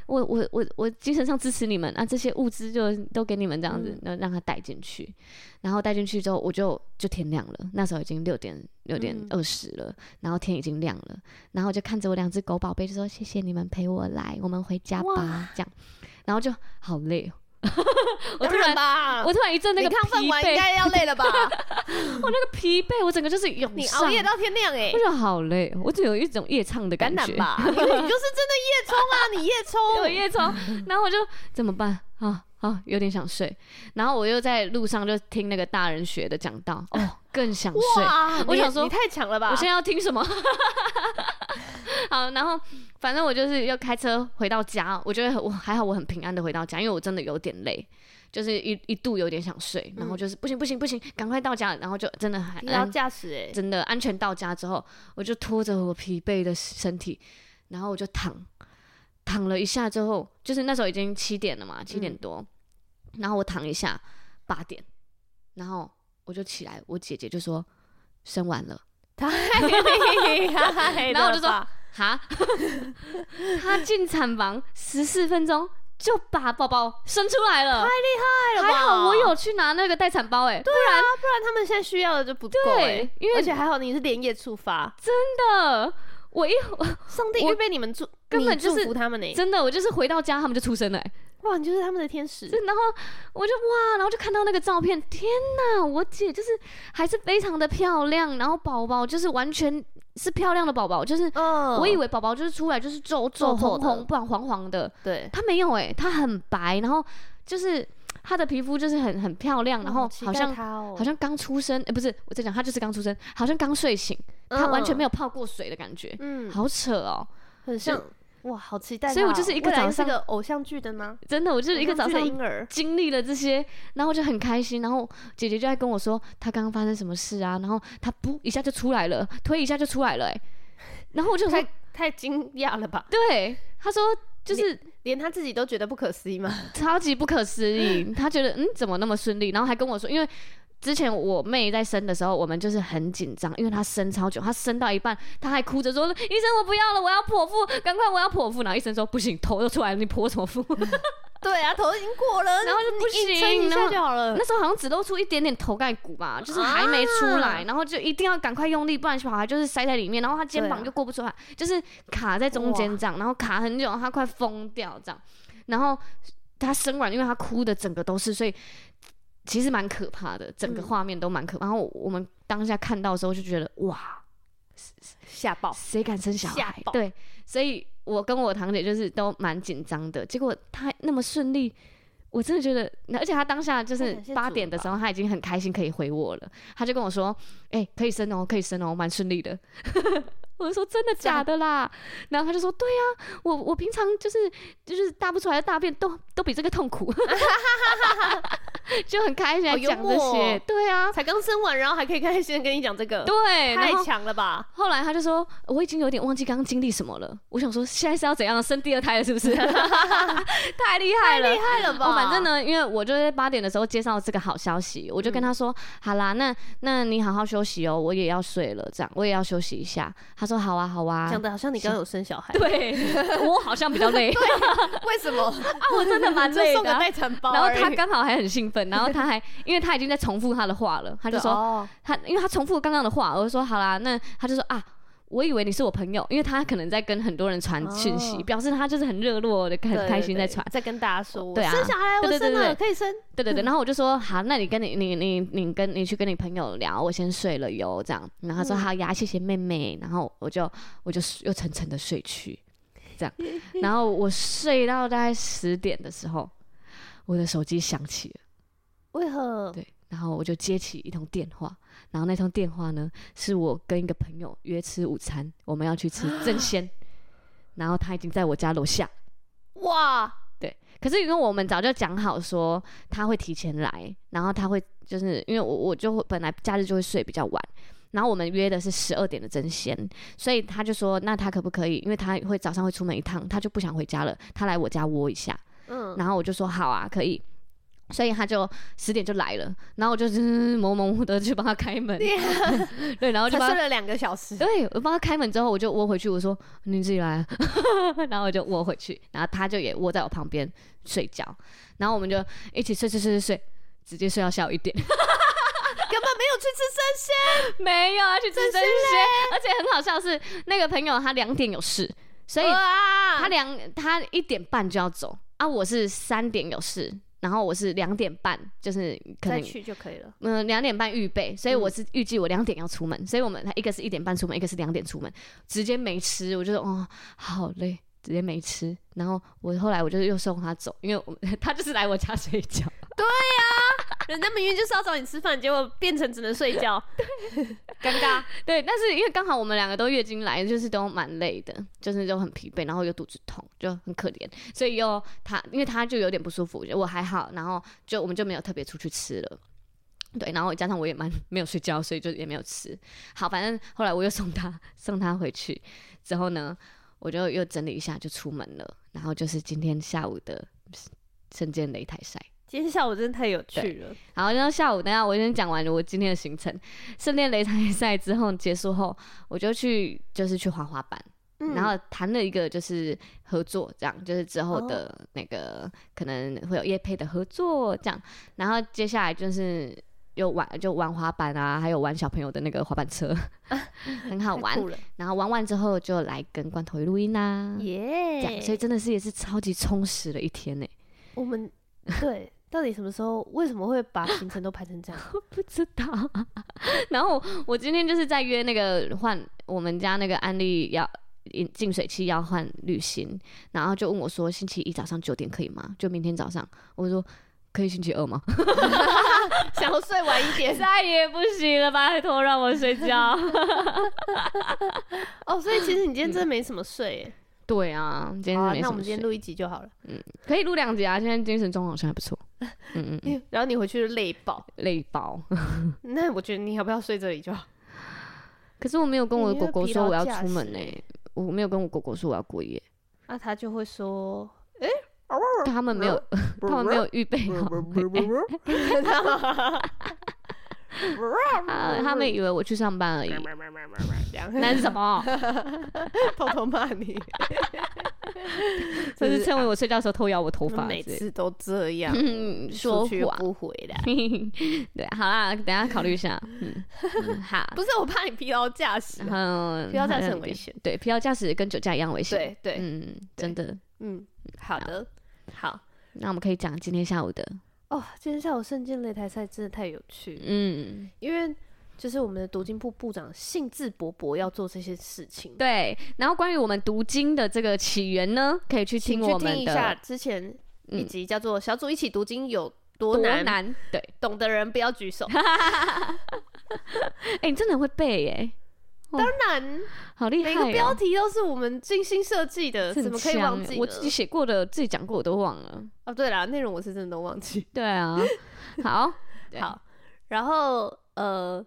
[SPEAKER 2] 我我我我精神上支持你们啊！这些物资就都给你们这样子，那、让他带进去。然后带进去之后，我就就天亮了，那时候已经六点六点二十了，然后天已经亮了，然后就看着我两只狗宝贝，就说：谢谢你们陪我来，我们回家吧。这样，然后就好累哦。 我突然
[SPEAKER 3] 吧
[SPEAKER 2] 我突然一阵那个
[SPEAKER 3] 你亢奋
[SPEAKER 2] 疲
[SPEAKER 3] 完应
[SPEAKER 2] 惫，啊
[SPEAKER 3] 该要累 了吧？
[SPEAKER 2] 我那个疲惫，我整个就是涌
[SPEAKER 3] 你
[SPEAKER 2] 上，
[SPEAKER 3] 熬夜到天亮哎、
[SPEAKER 2] 我觉得好累，哦我就有一种夜唱的
[SPEAKER 3] 感
[SPEAKER 2] 感
[SPEAKER 3] 染
[SPEAKER 2] 觉，
[SPEAKER 3] 吧， 因为你就是真的夜冲 啊，你夜
[SPEAKER 2] 有
[SPEAKER 3] 冲，
[SPEAKER 2] 夜 冲，然后我就怎么办啊啊，有点想睡，然后我又在路上就听那个大人学的讲道，哦，更想睡，
[SPEAKER 3] 哇！
[SPEAKER 2] 我
[SPEAKER 3] 你
[SPEAKER 2] 想说
[SPEAKER 3] 你太强了吧？
[SPEAKER 2] 我现在要听什么？好，然后反正我就是要开车回到家，我觉得很我还好，我很平安的回到家，因为我真的有点累，就是一一度有点想睡，然后就是、不行不行不行，赶快到家，然后就真的还
[SPEAKER 3] 疲劳驾驶 哎，
[SPEAKER 2] 真的安全到家之后，我就拖着我疲惫的身体，然后我就躺躺了一下之后，就是那时候已经七点了嘛，七点多，然后我躺一下八点，然后我就起来，我姐姐就说生完了。
[SPEAKER 3] 太厉害了吧
[SPEAKER 2] 然后我就说哈， 她进产房十四分钟就把宝宝生出来了，
[SPEAKER 3] 太
[SPEAKER 2] 还好我有去拿那个待产包哎、对
[SPEAKER 3] 哦啊不然他们现在需要的就不够
[SPEAKER 2] 对
[SPEAKER 3] 哎、
[SPEAKER 2] 因为
[SPEAKER 3] 而且还好你是连夜出发，
[SPEAKER 2] 的，我一
[SPEAKER 3] 上帝
[SPEAKER 2] 我
[SPEAKER 3] 预备你们祝，
[SPEAKER 2] 根本
[SPEAKER 3] 你
[SPEAKER 2] 就是
[SPEAKER 3] 祝福他们呢、欸
[SPEAKER 2] 真的我就是回到家他们就出生了、欸，
[SPEAKER 3] 哇，你就是他们的天使，
[SPEAKER 2] 然后我就哇，然后就看到那个照片，天呐，我姐就是还是非常的漂亮，然后宝宝就是完全是漂亮的宝宝，就是
[SPEAKER 3] 嗯
[SPEAKER 2] 我以为宝宝就是出来就是皱
[SPEAKER 3] 皱皱
[SPEAKER 2] 皱红
[SPEAKER 3] 的
[SPEAKER 2] 红，不然黄黄的，
[SPEAKER 3] 对，
[SPEAKER 2] 她没有诶、她很白，然后就是她的皮肤就是很很漂
[SPEAKER 3] 哦
[SPEAKER 2] 亮，然后
[SPEAKER 3] 嗯
[SPEAKER 2] 好像、好
[SPEAKER 3] 好
[SPEAKER 2] 像刚出生，诶、呃不是我在讲她就是刚出生，好像刚睡醒，她完全没有泡过水的感觉，
[SPEAKER 3] 嗯，
[SPEAKER 2] 好扯哦，
[SPEAKER 3] 很像哇，好期待他哦，
[SPEAKER 2] 所以我就是一个
[SPEAKER 3] 未来
[SPEAKER 2] 早
[SPEAKER 3] 是
[SPEAKER 2] 上
[SPEAKER 3] 个偶像剧的吗？
[SPEAKER 2] 真的，我就是一个
[SPEAKER 3] 偶
[SPEAKER 2] 早
[SPEAKER 3] 像剧的
[SPEAKER 2] 上
[SPEAKER 3] 婴儿，
[SPEAKER 2] 经历了这些，然后我就很开心。然后姐姐就在跟我说她刚刚发生什么事啊，然后她噗一下就出来了，推一下就出来了、欸，然后我就说
[SPEAKER 3] 太太惊讶了吧？
[SPEAKER 2] 对，她说就是
[SPEAKER 3] 连他自己都觉得不可思议嘛。
[SPEAKER 2] 超级不可思议，她觉得嗯怎么那么顺利，然后还跟我说，因为。之前我妹在生的时候，我们就是很紧张，因为她生超久，她生到一半，她还哭着说：“医生，我不要了，我要剖腹，赶快我要剖腹。”然后医生说：“不行，头都出来了，你剖什么腹？”
[SPEAKER 3] 对啊，头已经过了，
[SPEAKER 2] 然后就
[SPEAKER 3] 你
[SPEAKER 2] 不
[SPEAKER 3] 硬撑
[SPEAKER 2] 行
[SPEAKER 3] 一
[SPEAKER 2] 然后
[SPEAKER 3] 下就好
[SPEAKER 1] 呃
[SPEAKER 3] 了。
[SPEAKER 2] 那时候好像只露出一点点头盖骨吧，就是还没出来，然后就一定要赶快用力，不然小孩就是塞在里面，然后他肩膀
[SPEAKER 3] 对啊
[SPEAKER 2] 就过不出来，就是卡在中间这样，然后卡很久，他快疯掉这样。然后他生完，因为他哭的整个都是，所以其实蛮可怕的，整个
[SPEAKER 3] 嗯
[SPEAKER 2] 画面都蛮可怕。然后我们当下看到的时候就觉得，哇，
[SPEAKER 3] 吓爆，
[SPEAKER 2] 谁敢生小
[SPEAKER 3] 吓
[SPEAKER 2] 孩？
[SPEAKER 3] 爆
[SPEAKER 2] 对，所以我跟我堂姐就是都蛮紧张的。结果她那么顺利，我真的觉得，那而且她当下就
[SPEAKER 3] 太
[SPEAKER 2] 是
[SPEAKER 3] 感谢主
[SPEAKER 2] 八点的时候，她已经很开心可以回我了。她就跟我说：“哎、可以生哦，可以生哦，蛮顺利的。” 我就说真的假的啦，然后她就说对呀、我我平常就是就是大不出来的大便都都比这个痛 苦， 就很开心
[SPEAKER 3] 好
[SPEAKER 2] 来
[SPEAKER 3] 幽
[SPEAKER 2] 讲
[SPEAKER 3] 默
[SPEAKER 2] 这些，
[SPEAKER 3] 哦
[SPEAKER 2] 对啊，
[SPEAKER 3] 才刚生完，然后还可以开心跟你讲这个，
[SPEAKER 2] 对，然
[SPEAKER 3] 太
[SPEAKER 2] 后
[SPEAKER 3] 强了吧？
[SPEAKER 2] 后来他就说，我已经有点忘记刚刚经历什么了。我想说，现在是要怎样生第二胎了，是不是？ 太厉害了
[SPEAKER 3] 厉！害了吧？
[SPEAKER 2] 哦，反正，呢，因为我就在八点的时候接到这个好消
[SPEAKER 3] 嗯
[SPEAKER 2] 息，我就跟他说：“好啦，那那你好好休息哦，我也要睡了，这样我也要休息一下。”他说：“好啊，好啊。
[SPEAKER 3] 讲的好像你刚有生小”孩，
[SPEAKER 2] 对， 我好像比 较累，
[SPEAKER 3] 为什么？
[SPEAKER 2] 啊，我真的 蛮
[SPEAKER 3] 就
[SPEAKER 2] 累
[SPEAKER 3] 送
[SPEAKER 2] 的
[SPEAKER 3] 个
[SPEAKER 2] 啊。
[SPEAKER 3] 待产包
[SPEAKER 2] 然后
[SPEAKER 3] 而已，
[SPEAKER 2] 他刚好还很兴奋，然后他还，因为他已经在重复他的话了，他就
[SPEAKER 3] 对
[SPEAKER 2] 说：“
[SPEAKER 3] 哦
[SPEAKER 2] 他因为他重复刚刚的话，我就说好啦，那他就说啊。我以为你是我朋友，因为他可能在跟很多人传讯息，
[SPEAKER 3] 哦
[SPEAKER 2] 表示他就是很热络的，很
[SPEAKER 3] 对
[SPEAKER 2] 开
[SPEAKER 3] 对
[SPEAKER 2] 心
[SPEAKER 3] 对
[SPEAKER 2] 在传。
[SPEAKER 3] 再跟大家说，我
[SPEAKER 2] 对啊
[SPEAKER 3] 生小孩，我
[SPEAKER 2] 对对
[SPEAKER 3] 生
[SPEAKER 2] 对
[SPEAKER 3] 了，
[SPEAKER 2] 对
[SPEAKER 3] 可以生，
[SPEAKER 2] 对对对，然后我就说好，那你跟你你你你跟你去跟你朋友聊，我先睡了哟，这样。然后他说
[SPEAKER 3] 嗯
[SPEAKER 2] 好呀，谢谢妹妹。然后我就我就又沉沉的睡去，这样。然后我睡到大概十点的时候，我的手机响起了。
[SPEAKER 3] 为何？
[SPEAKER 2] 对，然后我就接起一通电话，然后那通电话呢，是我跟一个朋友约吃午餐，我们要去吃蒸鲜，然后他已经在我家楼下，
[SPEAKER 3] 哇，
[SPEAKER 2] 可是因为我们早就讲好说他会提前来，然后他会就是因为我我就会本来假日就会睡比较晚，然后我们约的是十二点的真鲜，所以他就说那他可不可以？因为他会早上会出门一趟，他就不想回家了，他来我家窝一下，
[SPEAKER 3] 嗯，
[SPEAKER 2] 然后我就说好啊，可以。所以他就十点就来了，然后我就 嗯模模糊糊的去帮他开门， 对，然后就
[SPEAKER 1] 才
[SPEAKER 2] 帮
[SPEAKER 1] 睡
[SPEAKER 2] 他，
[SPEAKER 1] 了两个小 时，
[SPEAKER 2] 对我帮他开门之后，我就窝回去，我说你自己来啊， 然后我就窝回去，然后他就也窝在我旁边睡觉，然后我们就一起睡睡睡睡睡，直接睡到下午一点。
[SPEAKER 1] 根本没有去吃生鲜。
[SPEAKER 2] 没有啊，去吃真鲜，而且很好笑是那个朋友他两点有事，所以
[SPEAKER 1] 哇
[SPEAKER 2] 他两他一点半就要走啊，我是三点有事，然后我是两点半，就是可
[SPEAKER 1] 再
[SPEAKER 2] 能
[SPEAKER 1] 去就可以了。
[SPEAKER 2] 嗯，两点半预备，所以我是预计我两点要出门，所以我们一个是一点半出门，一个是两点出门，直接没吃，我就说哦好累，直接没吃。然后我后来我就又送他走，因为我 他就是来我家睡觉，
[SPEAKER 1] 人家明明就是要找你吃饭，结果变成只能睡 觉，尴尬。
[SPEAKER 2] 对，但是因为刚好我们两个都月经来，就是都蛮累的，就是都很疲惫，然后又肚子痛，就很可怜，所以又他，因为他就有点不舒服，我还好，然后就我们就没有特别出去吃了。对，然后加上我也蛮没有睡觉，所以就也没有吃。好，反正后来我又送他送他回去之后呢，我就又整理一下就出门了。然后就是今天下午的深圳擂台赛。
[SPEAKER 1] 今天下午真的太有趣了，
[SPEAKER 2] 然后到下午，等一下我先讲完我今天的行程。圣殿擂台赛之后结束后，我就去就是去滑滑板，
[SPEAKER 1] 嗯
[SPEAKER 2] 然后谈了一个就是合作，这样就是之后的那个、可能会有业配的合作这样。然后接下来就是又玩就玩滑板啊，还有玩小朋友的那个滑 板车，很好
[SPEAKER 1] 太
[SPEAKER 2] 玩
[SPEAKER 1] 酷。了，
[SPEAKER 2] 然后玩完之后就来跟罐头鱼录音啦、嗯这样，
[SPEAKER 1] 耶！
[SPEAKER 2] 所以真的是也是超级充实的一天呢、
[SPEAKER 1] 我们对到底什么时候为什么会把行程都排成 这样？
[SPEAKER 2] 不知道。然后我今天就是在约那个换我们家那个安利要饮净水器要换滤芯，然后就问我说星期一早上九点可以吗？就明天早上，我说。可以星期二 吗？
[SPEAKER 1] 想要睡晚一点
[SPEAKER 2] 再也不行了，拜托让我睡觉。
[SPEAKER 1] 哦，所以其实你今天真的没什么睡耶。
[SPEAKER 2] 对啊，嗯今天
[SPEAKER 1] 好
[SPEAKER 2] 是
[SPEAKER 1] 啊，
[SPEAKER 2] 没
[SPEAKER 1] 那
[SPEAKER 2] 什
[SPEAKER 1] 我
[SPEAKER 2] 么
[SPEAKER 1] 们今
[SPEAKER 2] 睡，
[SPEAKER 1] 天录一集就好了。
[SPEAKER 2] 可以录两集啊。现在精神状况好像还不错，嗯嗯嗯，
[SPEAKER 1] 哎然后你回去就累爆，
[SPEAKER 2] 累爆。
[SPEAKER 1] 那我觉得你要不要睡这里就好？
[SPEAKER 2] 可是我没有跟我的
[SPEAKER 1] 你会
[SPEAKER 2] 狗狗
[SPEAKER 1] 疲
[SPEAKER 2] 说
[SPEAKER 1] 劳
[SPEAKER 2] 哎我要
[SPEAKER 1] 驾
[SPEAKER 2] 出门
[SPEAKER 1] 驶
[SPEAKER 2] 呢、我没有跟我狗狗说我要过夜，
[SPEAKER 1] 那啊他就会说，
[SPEAKER 2] 他们没有， 他们没有预备好。
[SPEAKER 1] 哎
[SPEAKER 2] 啊， 他们以为我去上班而已。 那是什么？
[SPEAKER 1] 偷偷骂 你，
[SPEAKER 2] 就
[SPEAKER 1] 真
[SPEAKER 2] 是趁我睡觉的时候偷咬我头发
[SPEAKER 1] 嗯每
[SPEAKER 2] 之类的，
[SPEAKER 1] 次都这样，
[SPEAKER 2] 嗯，说
[SPEAKER 1] 出去又
[SPEAKER 2] 谎。
[SPEAKER 1] 不回 来。
[SPEAKER 2] 对，好啦，等一下考虑一下。 嗯，嗯好。
[SPEAKER 1] 不是我怕你疲劳驾驶 啊，
[SPEAKER 2] 嗯，
[SPEAKER 1] 疲劳驾驶
[SPEAKER 2] 好像
[SPEAKER 1] 很
[SPEAKER 2] 有
[SPEAKER 1] 危
[SPEAKER 2] 点。
[SPEAKER 1] 险。
[SPEAKER 2] 对，疲劳驾驶跟酒驾一样危险。
[SPEAKER 1] 对对，
[SPEAKER 2] 嗯，真的。
[SPEAKER 1] 嗯，好的，好。
[SPEAKER 2] 那我们可以讲今天下午的。
[SPEAKER 1] 哦，今天下午圣剑擂台赛真的太有趣了，
[SPEAKER 2] 嗯，
[SPEAKER 1] 因为就是我们的读经部部长兴致勃勃要做这些事情。
[SPEAKER 2] 对。然后关于我们读经的这个起源呢，可以去
[SPEAKER 1] 请
[SPEAKER 2] 听
[SPEAKER 1] 去
[SPEAKER 2] 我
[SPEAKER 1] 听
[SPEAKER 2] 们
[SPEAKER 1] 一下
[SPEAKER 2] 的
[SPEAKER 1] 之前
[SPEAKER 2] 嗯
[SPEAKER 1] 一集叫做《小组一起读经有多
[SPEAKER 2] 多
[SPEAKER 1] 难》，
[SPEAKER 2] 难。对，
[SPEAKER 1] 懂的人不要举 手。
[SPEAKER 2] 哎，你真的很会背耶，
[SPEAKER 1] 当然，
[SPEAKER 2] 好厉害
[SPEAKER 1] 每
[SPEAKER 2] 哦！
[SPEAKER 1] 个标题都是我们精心设计的，
[SPEAKER 2] 这
[SPEAKER 1] 怎
[SPEAKER 2] 很
[SPEAKER 1] 么可以
[SPEAKER 2] 强
[SPEAKER 1] 忘
[SPEAKER 2] 欸
[SPEAKER 1] 记
[SPEAKER 2] 我
[SPEAKER 1] 呢
[SPEAKER 2] 自己写过的、自己讲过我都忘了。
[SPEAKER 1] 哦，对啦，内容我是真的都忘记。
[SPEAKER 2] 对啊，好，对
[SPEAKER 1] 好，然后呃，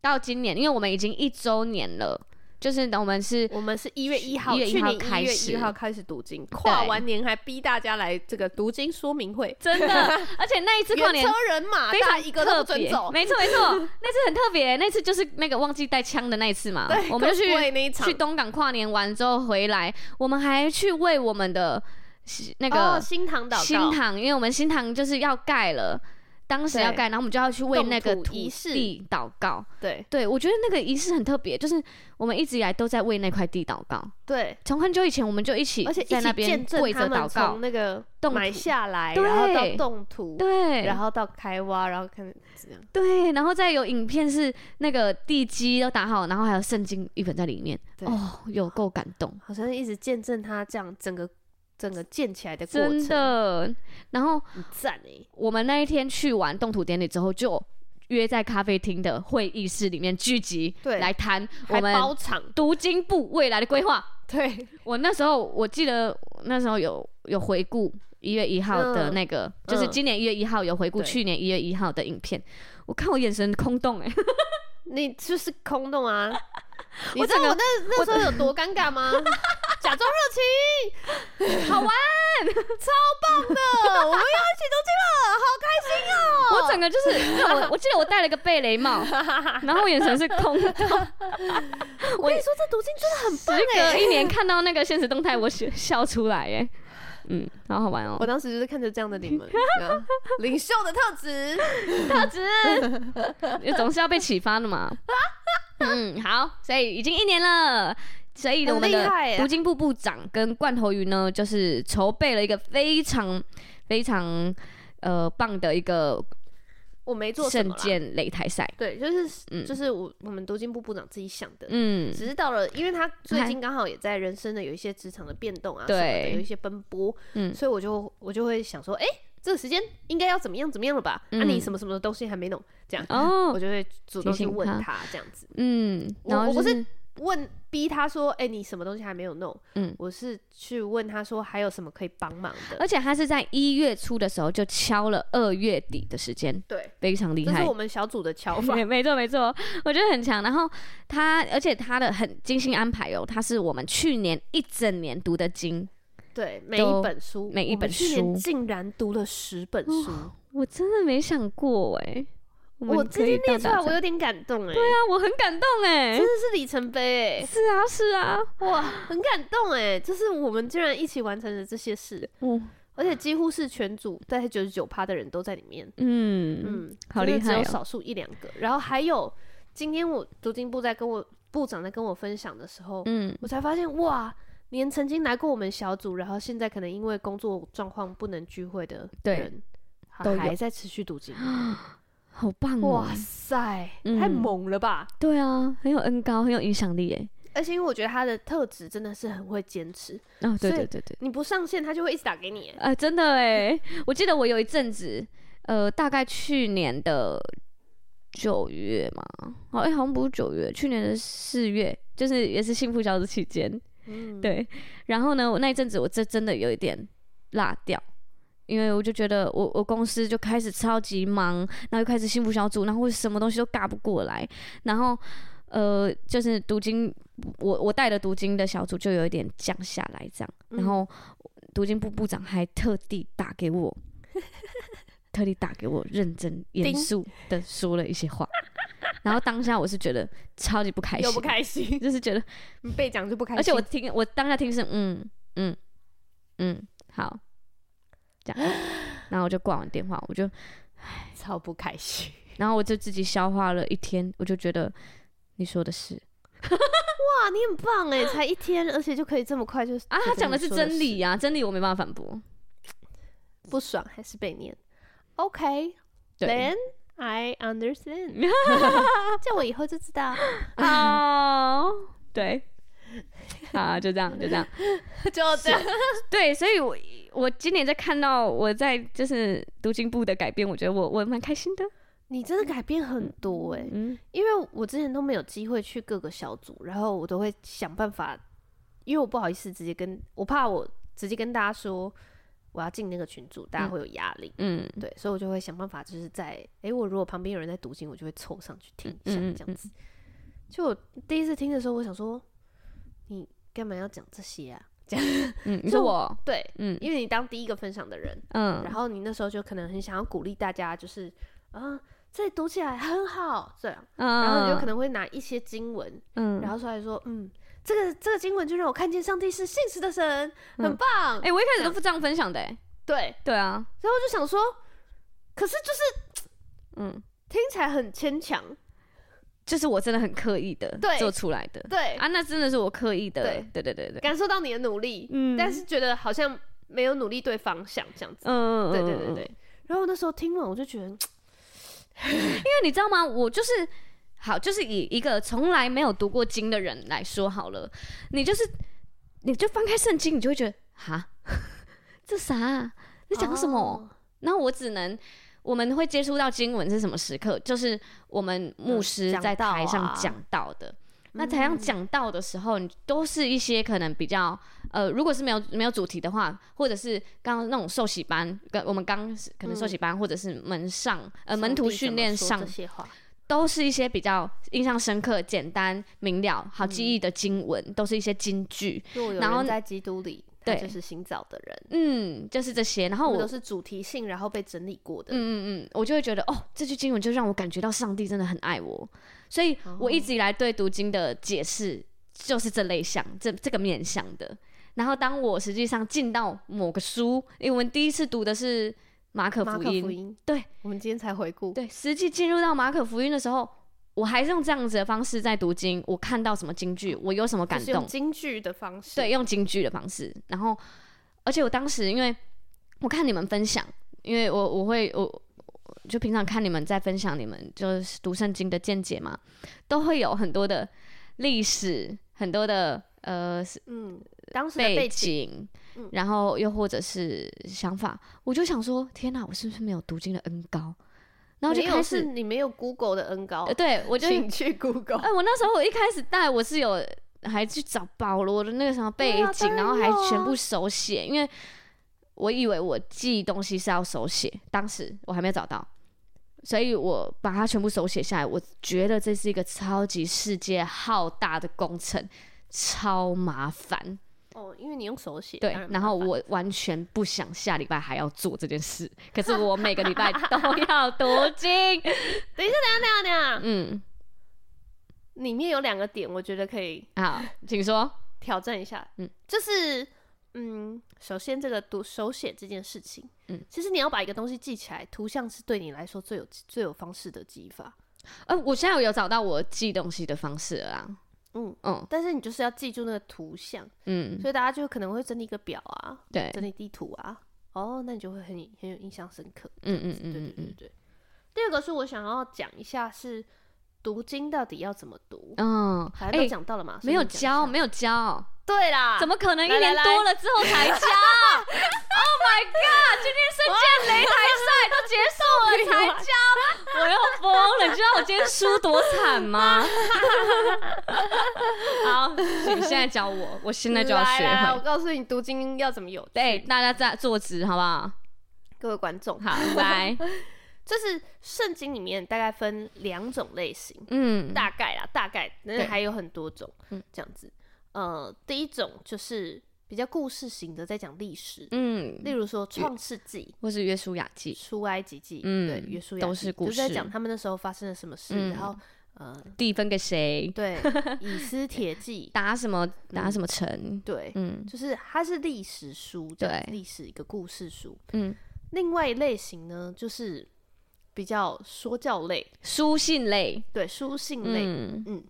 [SPEAKER 2] 到今年，因为我们已经一周年了，就是我们 是
[SPEAKER 1] 我们是一月一号，
[SPEAKER 2] 1月1
[SPEAKER 1] 去
[SPEAKER 2] 号
[SPEAKER 1] 年
[SPEAKER 2] 开
[SPEAKER 1] 一月
[SPEAKER 2] 始
[SPEAKER 1] 一号开始读经，跨完年还逼大家来这个读经说明会，
[SPEAKER 2] 真的，而且那一次跨
[SPEAKER 1] 原
[SPEAKER 2] 年
[SPEAKER 1] 车。人马，
[SPEAKER 2] 非
[SPEAKER 1] 大家
[SPEAKER 2] 常
[SPEAKER 1] 一个都不
[SPEAKER 2] 特别
[SPEAKER 1] 准走。
[SPEAKER 2] 没错 没错，那次很特别，那次就是那个忘记带枪的那一次嘛
[SPEAKER 1] 对，，
[SPEAKER 2] 我们就去
[SPEAKER 1] cosplay 那一场
[SPEAKER 2] 去东港跨年完之后回来，我们还去为我们的那
[SPEAKER 1] 哦
[SPEAKER 2] 个
[SPEAKER 1] 新堂祷告，
[SPEAKER 2] 新塘，因为我们新塘就是要盖了，当时要
[SPEAKER 1] 对
[SPEAKER 2] 盖，然后我们就要去为
[SPEAKER 1] 动
[SPEAKER 2] 那个
[SPEAKER 1] 土
[SPEAKER 2] 土
[SPEAKER 1] 仪式
[SPEAKER 2] 地祷告，
[SPEAKER 1] 对
[SPEAKER 2] 对，我觉得那个仪式很特别，就是我们一直以来都在为那块地祷告。
[SPEAKER 1] 对，
[SPEAKER 2] 从很久以前，我们就一起
[SPEAKER 1] 而且一
[SPEAKER 2] 在那
[SPEAKER 1] 起
[SPEAKER 2] 边
[SPEAKER 1] 见证
[SPEAKER 2] 跪
[SPEAKER 1] 他
[SPEAKER 2] 着
[SPEAKER 1] 们
[SPEAKER 2] 祷
[SPEAKER 1] 从
[SPEAKER 2] 告，
[SPEAKER 1] 那个
[SPEAKER 2] 动
[SPEAKER 1] 买
[SPEAKER 2] 土
[SPEAKER 1] 下来，然后到
[SPEAKER 2] 对
[SPEAKER 1] 动土，
[SPEAKER 2] 对，
[SPEAKER 1] 然后到开挖，然后看这样，
[SPEAKER 2] 对，然后再有影片是那个地基都打好，然后还有圣经一本在里面，
[SPEAKER 1] 对
[SPEAKER 2] 哦，有够感动，
[SPEAKER 1] 好像一直见证他这样整个整个建起来的过程，
[SPEAKER 2] 真的。然后
[SPEAKER 1] 很赞哎，
[SPEAKER 2] 我们那一天去完动土典礼之后，就约在咖啡厅的会议室里面聚集，
[SPEAKER 1] 对
[SPEAKER 2] 来谈我
[SPEAKER 1] 还
[SPEAKER 2] 们
[SPEAKER 1] 包场，
[SPEAKER 2] 读经部未来的规划。
[SPEAKER 1] 对，
[SPEAKER 2] 我那时候我记得那时候有有回顾一月一号的那
[SPEAKER 4] 嗯
[SPEAKER 2] 个，就是今年一月一号有回顾
[SPEAKER 1] 对
[SPEAKER 2] 去年一月一号的影片，我看我眼神空洞哎、
[SPEAKER 4] 哦
[SPEAKER 1] 你就是空洞 啊！你
[SPEAKER 2] 我
[SPEAKER 1] 知道
[SPEAKER 2] 整个
[SPEAKER 1] 我那那时候有多尴尬吗？假装热情，
[SPEAKER 2] 好玩，
[SPEAKER 4] 我们要一起读这个，
[SPEAKER 1] 哦
[SPEAKER 2] 我整个就是，我我记得我戴了个贝雷 帽，然后我眼神是空的。
[SPEAKER 4] 好开心哦！我跟你说，这读经真的很
[SPEAKER 2] 时
[SPEAKER 1] 欸
[SPEAKER 2] 隔一年看到那个现实动态，我笑笑出来耶。嗯，好好玩哦
[SPEAKER 1] 我。当时就是看着这样的你们，对啊领袖的特质，
[SPEAKER 2] 特质总是要被启发 的嘛。嗯，好，所以已经一年了。所以我们
[SPEAKER 1] 很
[SPEAKER 2] 的
[SPEAKER 1] 厉害耶
[SPEAKER 2] 读经部部长跟罐头鱼呢，就是筹备了一个非常非常呃棒的一个
[SPEAKER 1] 我没做什
[SPEAKER 2] 圣
[SPEAKER 1] 么啦。
[SPEAKER 2] 剑擂台赛。
[SPEAKER 1] 对，就是
[SPEAKER 2] 嗯
[SPEAKER 1] 就是我我们读经部部长自己想的，
[SPEAKER 2] 嗯，
[SPEAKER 1] 只是到了，因为他最
[SPEAKER 2] 嗨
[SPEAKER 1] 近刚好也在人生的有一些职场的变动啊，
[SPEAKER 2] 对
[SPEAKER 1] 什么的有一些奔波，
[SPEAKER 2] 嗯
[SPEAKER 1] 所以我就我就会想说，哎、这个时间应该要怎么样怎么样了吧？啊，
[SPEAKER 2] 嗯
[SPEAKER 1] 你什么什么东西还没弄，这样，啊我
[SPEAKER 2] 哦，
[SPEAKER 1] 就会主动
[SPEAKER 2] 提
[SPEAKER 1] 去
[SPEAKER 2] 醒
[SPEAKER 1] 问
[SPEAKER 2] 他
[SPEAKER 1] 他这样子，
[SPEAKER 2] 嗯，
[SPEAKER 1] 我
[SPEAKER 2] 然后
[SPEAKER 1] 我
[SPEAKER 2] 就
[SPEAKER 1] 不是问逼他说，哎、你什么东西还没有弄？
[SPEAKER 2] 嗯哎
[SPEAKER 1] 我是去问他说还有什么可以帮忙的，
[SPEAKER 2] 而且他是在一月初的时候就敲了二月底的时间，
[SPEAKER 1] 对，
[SPEAKER 2] 非常厉
[SPEAKER 1] 这是
[SPEAKER 2] 害
[SPEAKER 1] 我。们小组的敲法
[SPEAKER 2] 没，没错没错，我觉得很强。然后他，而且他的很精心安排哦，他是我们去年一整年读的经，
[SPEAKER 1] 对，每
[SPEAKER 2] 都
[SPEAKER 1] 一本书，
[SPEAKER 2] 每一
[SPEAKER 1] 我们
[SPEAKER 2] 本
[SPEAKER 1] 去年
[SPEAKER 2] 书哦
[SPEAKER 1] 竟然读了十本书，
[SPEAKER 2] 我真的没想过哎、我
[SPEAKER 1] 我
[SPEAKER 2] 们
[SPEAKER 1] 今
[SPEAKER 2] 可以
[SPEAKER 1] 天
[SPEAKER 2] 到
[SPEAKER 1] 念出来，
[SPEAKER 2] 达这
[SPEAKER 1] 我有
[SPEAKER 2] 样
[SPEAKER 1] 点感动哎、
[SPEAKER 2] 对啊，我很感动哎、
[SPEAKER 1] 真的是里程碑哎、
[SPEAKER 2] 是啊是啊，
[SPEAKER 1] 哇，很感动哎！就是我们居然一起完成了这些事，
[SPEAKER 2] 嗯
[SPEAKER 1] 而且几乎是全组大概九十九趴的人都在里面。
[SPEAKER 2] 嗯，
[SPEAKER 1] 嗯，
[SPEAKER 2] 好
[SPEAKER 1] 真的
[SPEAKER 2] 厉害
[SPEAKER 1] 只有
[SPEAKER 2] 哦
[SPEAKER 1] 少数一两个。然后还有，今天我读经部在跟我部长在跟我分享的时候，
[SPEAKER 2] 嗯
[SPEAKER 1] 我才发现哇，连曾经来过我们小组，然后现在可能因为工作状况不能聚会的
[SPEAKER 2] 对
[SPEAKER 1] 人，他
[SPEAKER 2] 都有
[SPEAKER 1] 还在持续读经。
[SPEAKER 2] 嗯好棒哦！
[SPEAKER 1] 哇塞，太
[SPEAKER 2] 嗯
[SPEAKER 1] 猛了吧！
[SPEAKER 2] 对啊，很有恩高，很有影响力哎、
[SPEAKER 1] 而且因为我觉得他的特质真的是很会坚持，
[SPEAKER 2] 哦，
[SPEAKER 1] 所
[SPEAKER 2] 对
[SPEAKER 1] 以
[SPEAKER 2] 对对对。
[SPEAKER 1] 你不上线他就会一直打给你哎。
[SPEAKER 2] 啊，真的哎，我记得我有一阵子，呃，大概去年的九月嘛，哦，哎、好像不是九月，去年的四月，就是也是幸福小组期间，
[SPEAKER 1] 嗯，
[SPEAKER 2] 对。然后呢，我那一阵子我这真的有一点落掉。因为我就觉得我我公司就开始超级忙，然后又开始幸福小组，然后什么东西都嘎不过来，然后呃就是读经，我我带的读经的小组就有一点降下来这样，然
[SPEAKER 1] 嗯
[SPEAKER 2] 后读经部部长还特地打给我， 特地打给我，认真严
[SPEAKER 1] 叮
[SPEAKER 2] 肃的说了一 些话，然后当下我是觉得超级不开心，
[SPEAKER 1] 又不开心，
[SPEAKER 2] 就是觉得，
[SPEAKER 1] 你 被讲就不开心。
[SPEAKER 2] 而且我听我当下听是嗯嗯嗯好，这样，然后我就挂完电话，我就，
[SPEAKER 1] 超不开心，
[SPEAKER 2] 然后我就自己消化了一天，我就觉得你说的是
[SPEAKER 1] 哇，你很棒哎，才一天，而且就可以这么快就
[SPEAKER 2] 啊，他讲的是真理
[SPEAKER 1] 呀、
[SPEAKER 2] 呀、真理我没办法反驳，
[SPEAKER 1] 不爽还是被念。OK，then、
[SPEAKER 2] 对，
[SPEAKER 1] I understand，叫我以后就知道。
[SPEAKER 2] 好，对，啊，就这样， 就这样。
[SPEAKER 1] 就这样，
[SPEAKER 2] 对，所以我我今年在看到我在就是读经部的改变，我觉得我我蛮开心的。
[SPEAKER 1] 你真的改变很多哎、
[SPEAKER 2] 嗯，
[SPEAKER 1] 因为我之前都没有机会去各个小组，然后我都会想办法，因为我不好意思直接跟我怕我直接跟大家说我要进那个群组，大家
[SPEAKER 2] 嗯
[SPEAKER 1] 会有压力。
[SPEAKER 2] 嗯，
[SPEAKER 1] 对，所以我就会想办法，就是在诶，我如果旁边有人在读经，我就会凑上去听一下，
[SPEAKER 2] 嗯嗯
[SPEAKER 1] 这样子。就我第一次听的时候，我想说，你干嘛要讲这些啊？
[SPEAKER 2] 嗯，你
[SPEAKER 1] 就
[SPEAKER 2] 说我，
[SPEAKER 1] 对，
[SPEAKER 2] 嗯
[SPEAKER 1] 因为你当第一个分享的人，然
[SPEAKER 2] 嗯，
[SPEAKER 1] 后你那时候就可能很想要鼓励大家，就是啊，这读起来很好，这样，然后你就可
[SPEAKER 2] 能，
[SPEAKER 1] 能会拿一些经文，
[SPEAKER 2] 嗯，
[SPEAKER 1] 然
[SPEAKER 2] 后，
[SPEAKER 1] 后出来说，嗯，这个这个经文就让我看见上帝是信实的神，很
[SPEAKER 2] 嗯
[SPEAKER 1] 棒，
[SPEAKER 2] 哎，我一开始都不这样分享的，哎，
[SPEAKER 1] 对，
[SPEAKER 2] 对啊，
[SPEAKER 1] 然后我就想说，可是就是
[SPEAKER 2] 嗯，
[SPEAKER 1] 听起来很牵强，
[SPEAKER 2] 就是我真的很刻意的
[SPEAKER 1] 对
[SPEAKER 2] 做出来的，
[SPEAKER 1] 对，
[SPEAKER 2] 啊，那真的是我刻意的，
[SPEAKER 1] 对
[SPEAKER 2] 对对对对，
[SPEAKER 1] 感受到你的努力，
[SPEAKER 2] 嗯
[SPEAKER 1] 但是觉得好像没有努力对方向这样子。
[SPEAKER 2] 嗯，嗯
[SPEAKER 1] 对对对，
[SPEAKER 2] 嗯嗯
[SPEAKER 1] 对。然后那时候听完，我就觉得，
[SPEAKER 2] 因为你知道吗？我就是。好，就是以一个从来没有读过经的人来说好了，你就是你就翻开圣经，你就会觉得哈， 这啥、啊？你讲什么？
[SPEAKER 1] 哦
[SPEAKER 2] 那我只能，我们会接触到经文是什么时刻？就是我们牧师
[SPEAKER 1] 讲
[SPEAKER 2] 在
[SPEAKER 1] 道
[SPEAKER 2] 台上
[SPEAKER 1] 啊
[SPEAKER 2] 讲到的。那台上讲到的时候，你都是一些可能比较呃，如果是没有没有主题的话，或者是刚刚那种受洗班，跟我们刚可能受洗班、或者是门上呃门徒训练
[SPEAKER 1] 上
[SPEAKER 2] 上
[SPEAKER 1] 帝怎么说这，些话，
[SPEAKER 2] 都是一些比较印象深刻、简单明了、好记忆的经文，都是一些金句。
[SPEAKER 1] 如果有
[SPEAKER 2] 然后
[SPEAKER 1] 人在基督里，他
[SPEAKER 2] 对
[SPEAKER 1] 就是新找的人，
[SPEAKER 2] 嗯，就是这些。然后
[SPEAKER 1] 他们都
[SPEAKER 2] 我
[SPEAKER 1] 是主题性，然后被整理过的。
[SPEAKER 2] 嗯嗯嗯，我就会觉得哦，这句经文就让我感觉到上帝真的很爱我，所以我
[SPEAKER 1] 哦
[SPEAKER 2] 一直以来对读经的解释就是这类项，这这个面向的。然后当我实际上进到某个书，因为我们第一次读的是马可
[SPEAKER 1] 马
[SPEAKER 2] 福
[SPEAKER 1] 可
[SPEAKER 2] 音，
[SPEAKER 1] 福音，
[SPEAKER 2] 对，
[SPEAKER 1] 我们今天才回顾，
[SPEAKER 2] 对，实际进入到马可福音的时候，我还是用这样子的方式在读经，我看到什么京剧，我有什么感
[SPEAKER 1] 就是
[SPEAKER 2] 动
[SPEAKER 1] 用，京剧的方式，
[SPEAKER 2] 对，用京剧的方式。然后，而且我当时因为我看你们分享，因为我我会我我就平常看你们在分享你们就是读圣经的见解嘛，都会有很多的历史，很多的呃
[SPEAKER 1] 嗯，当时的
[SPEAKER 2] 背
[SPEAKER 1] 背景，
[SPEAKER 2] 景
[SPEAKER 1] 嗯，
[SPEAKER 2] 然后又或者是想法，我就想说，天哪，我是不是没有读经的恩高？然后就
[SPEAKER 1] 没
[SPEAKER 2] 开
[SPEAKER 1] 有
[SPEAKER 2] 始
[SPEAKER 1] 是，你没有 Google 的恩高
[SPEAKER 2] 呃，对我就
[SPEAKER 1] 请去 Google，
[SPEAKER 2] 哎、我那时候我一开始带我是有还去找保罗的那个什么背
[SPEAKER 1] 对啊
[SPEAKER 2] 景，
[SPEAKER 1] 当然
[SPEAKER 2] 然后还
[SPEAKER 1] 要啊
[SPEAKER 2] 全部手写，因为我以为我记东西是要手写，当时我还没有找到，所以我把它全部手写下来。我觉得这是一个超级世界浩大的工程，超麻烦。
[SPEAKER 1] 哦，因为你用手写，
[SPEAKER 2] 对
[SPEAKER 1] 当，
[SPEAKER 2] 然后
[SPEAKER 1] 麻烦
[SPEAKER 2] 我完全不想下礼拜还要做这件事，可是我每个 礼拜都要读经。
[SPEAKER 1] 等一下等一下，
[SPEAKER 2] 嗯，
[SPEAKER 1] 里面有两个点，我觉得可以
[SPEAKER 2] 好，请说。
[SPEAKER 1] 挑战一下，
[SPEAKER 2] 嗯
[SPEAKER 1] 嗯，就是嗯，首先这个读手写这件事情，
[SPEAKER 2] 嗯
[SPEAKER 1] 嗯，其实你要把一个东西记起来，图像是对你来说最有最有方式的记法，
[SPEAKER 2] 呃，我现在有找到我记东西的方式了啦。
[SPEAKER 1] 嗯
[SPEAKER 2] 嗯
[SPEAKER 1] 但是你就是要记住那个图像，
[SPEAKER 2] 嗯，
[SPEAKER 1] 所以大家就可能会整理一个表啊，
[SPEAKER 2] 对，
[SPEAKER 1] 整理地图啊，哦，那你就会很很有印象深刻。
[SPEAKER 2] 嗯嗯
[SPEAKER 1] 对对
[SPEAKER 2] 嗯
[SPEAKER 1] 对
[SPEAKER 2] 嗯
[SPEAKER 1] 对对。第二个是我想要讲一下是读经到底要怎么读，
[SPEAKER 2] 嗯，嗯，
[SPEAKER 1] 反正都
[SPEAKER 2] 哎，
[SPEAKER 1] 讲到了嘛，
[SPEAKER 2] 没有
[SPEAKER 1] 教，
[SPEAKER 2] 教，没有教，
[SPEAKER 1] 对啦，
[SPEAKER 2] 怎么可能一
[SPEAKER 1] 来来
[SPEAKER 2] 年
[SPEAKER 1] 来
[SPEAKER 2] 多了之 后才教？Oh my god！今天圣剑擂台赛都结
[SPEAKER 1] 啊
[SPEAKER 2] 束了才教，我要疯了！你知道我今天输多惨吗？好，请现在教我，我现在就要
[SPEAKER 1] 来
[SPEAKER 2] 学
[SPEAKER 1] 来来我
[SPEAKER 2] 会。
[SPEAKER 1] 告诉你读经要怎么有趣，
[SPEAKER 2] 对，大家在坐直好不好？
[SPEAKER 1] 各位观众，
[SPEAKER 2] 好， 来，
[SPEAKER 1] 就是圣经里面大概分两种类型，
[SPEAKER 2] 嗯，
[SPEAKER 1] 大概啦，大概，但是
[SPEAKER 2] 对
[SPEAKER 1] 还有很多种
[SPEAKER 2] 嗯，
[SPEAKER 1] 这样子。呃，第一种就是比较故事型的，在讲历史，
[SPEAKER 2] 嗯，
[SPEAKER 1] 例如说《创世纪》
[SPEAKER 2] 或是约书亚记，
[SPEAKER 1] 出埃及记，
[SPEAKER 2] 嗯
[SPEAKER 1] 对，约书亚
[SPEAKER 2] 都
[SPEAKER 1] 记
[SPEAKER 2] 是故
[SPEAKER 1] 就是在
[SPEAKER 2] 事
[SPEAKER 1] 讲他们那时候发生了什么事，
[SPEAKER 2] 嗯
[SPEAKER 1] 然后呃，
[SPEAKER 2] 地分给谁？
[SPEAKER 1] 对，以斯帖记，
[SPEAKER 2] 打什么打什么城？
[SPEAKER 1] 对，
[SPEAKER 2] 嗯
[SPEAKER 1] 就是它是历史书，这样子
[SPEAKER 2] 对
[SPEAKER 1] 历史一个故事书。
[SPEAKER 2] 嗯，
[SPEAKER 1] 另外一类型呢，就是比较说教类，
[SPEAKER 2] 书信类，
[SPEAKER 1] 对，书信类，
[SPEAKER 2] 嗯
[SPEAKER 1] 嗯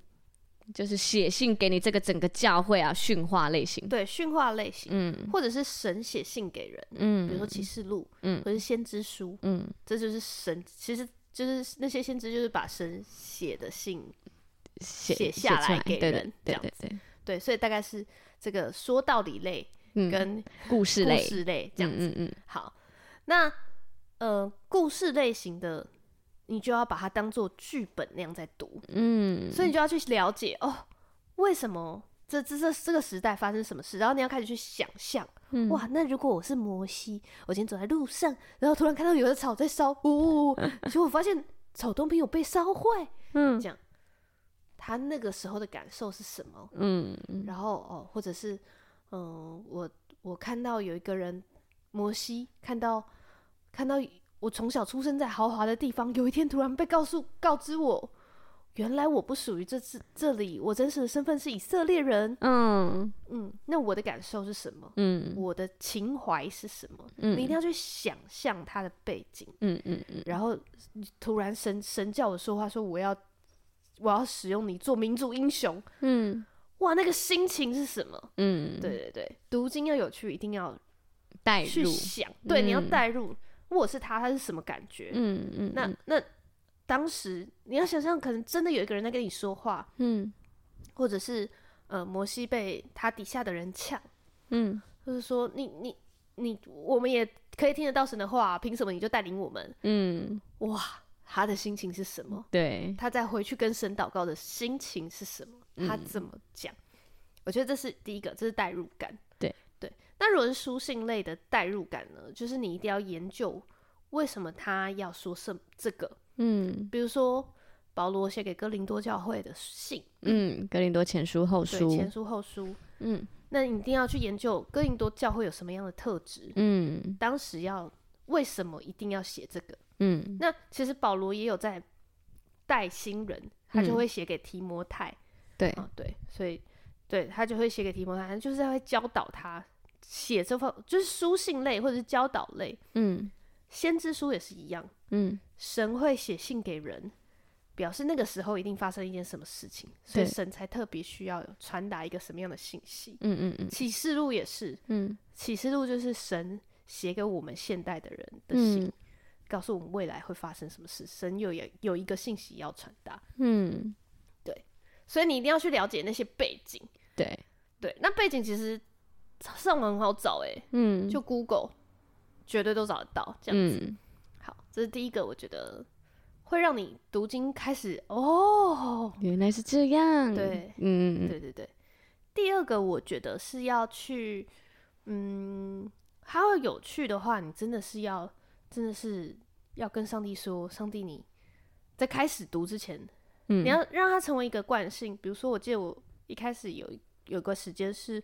[SPEAKER 2] 就是写信给你这个整个教会啊，训话类型。
[SPEAKER 1] 对，训话类型，
[SPEAKER 2] 嗯
[SPEAKER 1] 或者是神写信给人，比如
[SPEAKER 2] 嗯
[SPEAKER 1] 说启示录，
[SPEAKER 2] 嗯
[SPEAKER 1] 或者是先知书，
[SPEAKER 2] 嗯，
[SPEAKER 1] 这就是神，其实就是那些先知就是把神写的信，
[SPEAKER 2] 写
[SPEAKER 1] 写下
[SPEAKER 2] 出
[SPEAKER 1] 来给
[SPEAKER 2] 对
[SPEAKER 1] 人这
[SPEAKER 2] 对
[SPEAKER 1] 样
[SPEAKER 2] 对对对，
[SPEAKER 1] 对，所以大概是这个说道理类
[SPEAKER 2] 嗯，
[SPEAKER 1] 跟
[SPEAKER 2] 故事
[SPEAKER 1] 故
[SPEAKER 2] 类，
[SPEAKER 1] 事类这样子。
[SPEAKER 2] 嗯嗯
[SPEAKER 1] 好，那呃，故事类型的，你就要把它当做剧本那样在读，
[SPEAKER 2] 嗯嗯，
[SPEAKER 1] 所以你就要去了解哦，为什么这这这这个时代发生什么事，然后你要开始去想象，
[SPEAKER 2] 嗯
[SPEAKER 1] 哇，那如果我是摩西，我今天走在路上，然后突然看到有的草在烧，呜、 哦，结果发现草都没有被烧坏，
[SPEAKER 2] 嗯
[SPEAKER 1] 这样，他那个时候的感受是什么？
[SPEAKER 2] 嗯嗯
[SPEAKER 1] 然后哦，或者是嗯，我我看到有一个人摩西看到看到我从小出生在豪华的地方，有一天突然被告诉告知我，原来我不属于这这这里，我真实的身份是以色列人。
[SPEAKER 2] 嗯
[SPEAKER 1] 嗯，那我的感受是什么？
[SPEAKER 2] 嗯
[SPEAKER 1] 我的情怀是什么？
[SPEAKER 2] 嗯
[SPEAKER 1] 你一定要去想象他的背景，
[SPEAKER 2] 嗯嗯嗯，
[SPEAKER 1] 然后突然神神叫我说话，说我要我要使用你做民族英雄，
[SPEAKER 2] 嗯
[SPEAKER 1] 哇，那个心情是什么？
[SPEAKER 2] 嗯，
[SPEAKER 1] 对对对，读经要有趣，一定要
[SPEAKER 2] 带
[SPEAKER 1] 去
[SPEAKER 2] 入，
[SPEAKER 1] 想，对，你要
[SPEAKER 2] 嗯
[SPEAKER 1] 带入，我是他，他是什么感觉？
[SPEAKER 2] 嗯嗯，
[SPEAKER 1] 那那当时你要想象，可能真的有一个人在跟你说话，
[SPEAKER 2] 嗯
[SPEAKER 1] 或者是呃，摩西被他底下的人呛，
[SPEAKER 2] 嗯
[SPEAKER 1] 就是说你你你，我们也可以听得到神的话，凭什么你就带领我们？
[SPEAKER 2] 嗯，
[SPEAKER 1] 哇，他的心情是什么？
[SPEAKER 2] 对，
[SPEAKER 1] 他在回去跟神祷告的心情是什么？他
[SPEAKER 2] 嗯
[SPEAKER 1] 怎么讲？我觉得这是第一个，这是代入感。
[SPEAKER 2] 对
[SPEAKER 1] 对。那如果是书信类的代入感呢？就是你一定要研究为什么他要说什这个，
[SPEAKER 2] 嗯
[SPEAKER 1] 比如说保罗写给哥林多教会的信，
[SPEAKER 2] 嗯，格林多前书后
[SPEAKER 1] 对，
[SPEAKER 2] 书
[SPEAKER 1] 前，书后书，
[SPEAKER 2] 嗯
[SPEAKER 1] 那你一定要去研究哥林多教会有什么样的特质，
[SPEAKER 2] 嗯
[SPEAKER 1] 当时要为什么一定要写这个？
[SPEAKER 2] 嗯
[SPEAKER 1] 那其实保罗也有在带新人，他就
[SPEAKER 2] 嗯
[SPEAKER 1] 会写给提摩太，
[SPEAKER 2] 对，
[SPEAKER 1] 啊，对，所以对他就会写给提摩太，就是他会教导他写这方，就是书信类或者是教导类，
[SPEAKER 2] 嗯
[SPEAKER 1] 先知书也是一样，
[SPEAKER 2] 嗯
[SPEAKER 1] 神会写信给人，表示那个时候一定发生一件什么事情，所以
[SPEAKER 2] 对
[SPEAKER 1] 神才特别需要有传达一个什么样的信息。
[SPEAKER 2] 嗯嗯嗯
[SPEAKER 1] 启示录也是，
[SPEAKER 2] 嗯
[SPEAKER 1] 启示录就是神写给我们现代的人的信，
[SPEAKER 2] 嗯
[SPEAKER 1] 告诉我们未来会发生什么事，神有有有一个信息要传达，
[SPEAKER 2] 嗯，
[SPEAKER 1] 所以你一定要去了解那些背景。
[SPEAKER 2] 对，
[SPEAKER 1] 对，那背景其实上网很好找、欸，
[SPEAKER 2] 嗯
[SPEAKER 1] 就 Google 绝对都找得到。这样子，
[SPEAKER 2] 嗯
[SPEAKER 1] 好，这是第一个，我觉得会让你读经开始哦，
[SPEAKER 2] 原来是这样，
[SPEAKER 1] 对
[SPEAKER 2] 嗯，嗯嗯
[SPEAKER 1] 对对对。第二个，我觉得是要去，嗯，还要有趣的话，你真的是要，真的是要跟上帝说，上帝你在开始读之前，
[SPEAKER 2] 嗯，
[SPEAKER 1] 你要让它成为一个惯性。比如说，我记得我一开始有一有个时间是，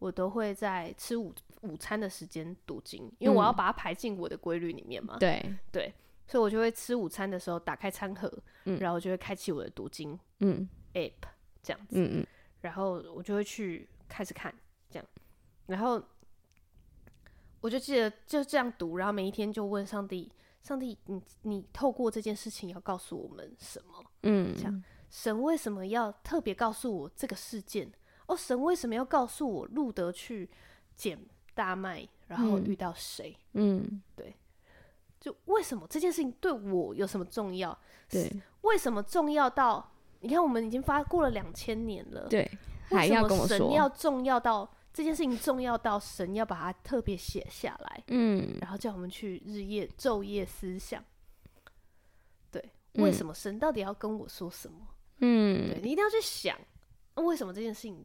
[SPEAKER 1] 我都会在吃午午餐的时间读经，因为我要
[SPEAKER 2] 嗯
[SPEAKER 1] 把它排进我的规律里面嘛。
[SPEAKER 2] 对，
[SPEAKER 1] 所以我就会吃午餐的时候打开餐盒，
[SPEAKER 2] 嗯
[SPEAKER 1] 然后就会开启我的读经
[SPEAKER 2] 嗯
[SPEAKER 1] app 这样子，
[SPEAKER 2] 嗯嗯
[SPEAKER 1] 然后我就会去开始看这样，然后我就记得就这样读，然后每一天就问上帝。上帝，你你透过这件事情要告诉我们什么？
[SPEAKER 2] 嗯，
[SPEAKER 1] 这样神为什么要特别告诉我这个事件？哦，神为什么要告诉我路德去捡大麦，然后
[SPEAKER 2] 嗯
[SPEAKER 1] 遇到谁？
[SPEAKER 2] 嗯
[SPEAKER 1] 就为什么这件事情对我有什么重要？
[SPEAKER 2] 对
[SPEAKER 1] 为什么重要到？你看，我们已经发过了两千年了，
[SPEAKER 2] 对，
[SPEAKER 1] 呃为
[SPEAKER 2] 还
[SPEAKER 1] 什
[SPEAKER 2] 要
[SPEAKER 1] 么
[SPEAKER 2] 跟我
[SPEAKER 1] 神要
[SPEAKER 2] 说，
[SPEAKER 1] 重要到这件事情重要到神要把它特别写下来，
[SPEAKER 2] 嗯，
[SPEAKER 1] 然后叫我们去日夜昼夜思想。对，为
[SPEAKER 2] 嗯
[SPEAKER 1] 什么神到底要跟我说什么？对
[SPEAKER 2] 嗯
[SPEAKER 1] 你一定要去想，那为什么这件事情，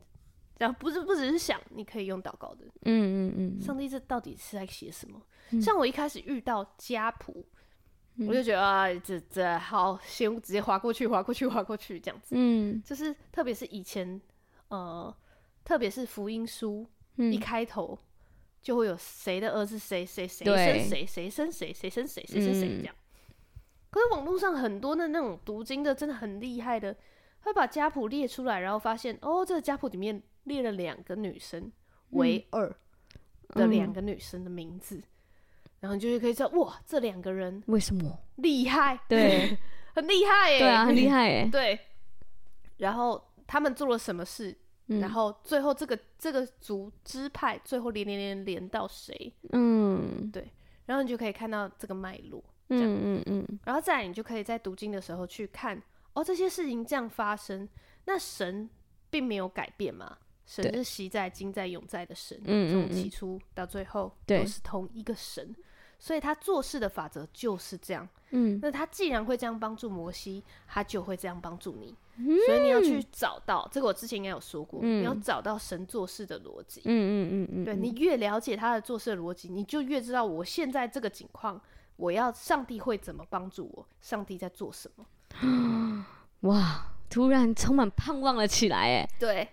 [SPEAKER 1] 然后不是不只是想，你可以用祷告的。
[SPEAKER 2] 嗯嗯嗯
[SPEAKER 1] 上帝这到底是在写什么？
[SPEAKER 2] 嗯
[SPEAKER 1] 像我一开始遇到家谱，
[SPEAKER 2] 嗯
[SPEAKER 1] 我就觉得啊，这这好，先直接划过去，划过去，划过去，这样子。
[SPEAKER 2] 嗯
[SPEAKER 1] 就是特别是以前，呃，特别是福音书、一
[SPEAKER 2] 嗯，
[SPEAKER 1] 开头就会有谁的儿子谁谁谁
[SPEAKER 2] 对
[SPEAKER 1] 生谁谁生谁谁生谁谁生谁
[SPEAKER 2] 嗯
[SPEAKER 1] 这样。可是网络上很多的那种读经的，真的很厉害的，会把家谱列出来，然后发现哦，这个家谱里面列了两个女
[SPEAKER 2] 嗯
[SPEAKER 1] 生为二的两个女生的名字，然后你就可以知道哇，这两个人
[SPEAKER 2] 为什么？
[SPEAKER 1] 厉害，
[SPEAKER 2] 对
[SPEAKER 1] 很厉害耶，
[SPEAKER 2] 对啊，很厉害哎，
[SPEAKER 1] 对，然后他们做了什么事，
[SPEAKER 2] 嗯
[SPEAKER 1] 然后最后这个这个族支派最后连连连连到谁，
[SPEAKER 2] 嗯
[SPEAKER 1] 然后你就可以看到这个脉络，
[SPEAKER 2] 嗯嗯嗯
[SPEAKER 1] 然后再来你就可以在读经的时候去看，哦，这些事情这样发生，那神并没有改变嘛，神
[SPEAKER 2] 对
[SPEAKER 1] 是习在、今在、永在的神，
[SPEAKER 2] 嗯
[SPEAKER 1] 从
[SPEAKER 2] 嗯
[SPEAKER 1] 起
[SPEAKER 2] 嗯，
[SPEAKER 1] 初到最后
[SPEAKER 2] 对
[SPEAKER 1] 都是同一个神，所以他做事的法则就是这样。
[SPEAKER 2] 嗯
[SPEAKER 1] 那他既然会这样帮助摩西，他就会这样帮助你。所以你要去找到这个，我之前应该有说过，
[SPEAKER 2] 嗯
[SPEAKER 1] 你要找到神做事的逻辑。
[SPEAKER 2] 嗯嗯嗯，
[SPEAKER 1] 对你越了解他的做事的逻辑，你就越知道我现在这个情况，我要上帝会怎么帮助我，上帝在做什么。
[SPEAKER 2] 哇，突然充满盼望了起来哎。
[SPEAKER 1] 对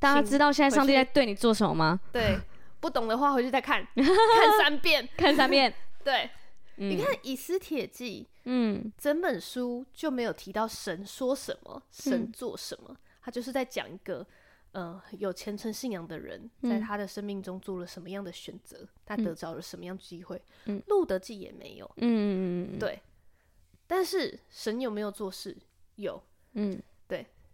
[SPEAKER 2] 大家
[SPEAKER 1] 请
[SPEAKER 2] 知道现在
[SPEAKER 1] 回
[SPEAKER 2] 上帝
[SPEAKER 1] 去
[SPEAKER 2] 在对你做什么吗？
[SPEAKER 1] 对，不懂的话回去再看，看三遍。
[SPEAKER 2] 看三遍。
[SPEAKER 1] 对，
[SPEAKER 2] 嗯、
[SPEAKER 1] 你看《以斯帖记》
[SPEAKER 2] 嗯，
[SPEAKER 1] 整本书就没有提到神说什么，神
[SPEAKER 2] 嗯
[SPEAKER 1] 做什么，他就是在讲一个，呃，有虔诚信仰的人在
[SPEAKER 2] 嗯
[SPEAKER 1] 他的生命中做了什么样的选择，他得着了什么样的机会。
[SPEAKER 2] 嗯
[SPEAKER 1] 路德记也没有，
[SPEAKER 2] 嗯嗯嗯，
[SPEAKER 1] 对。但是神有没有做事？有，
[SPEAKER 2] 嗯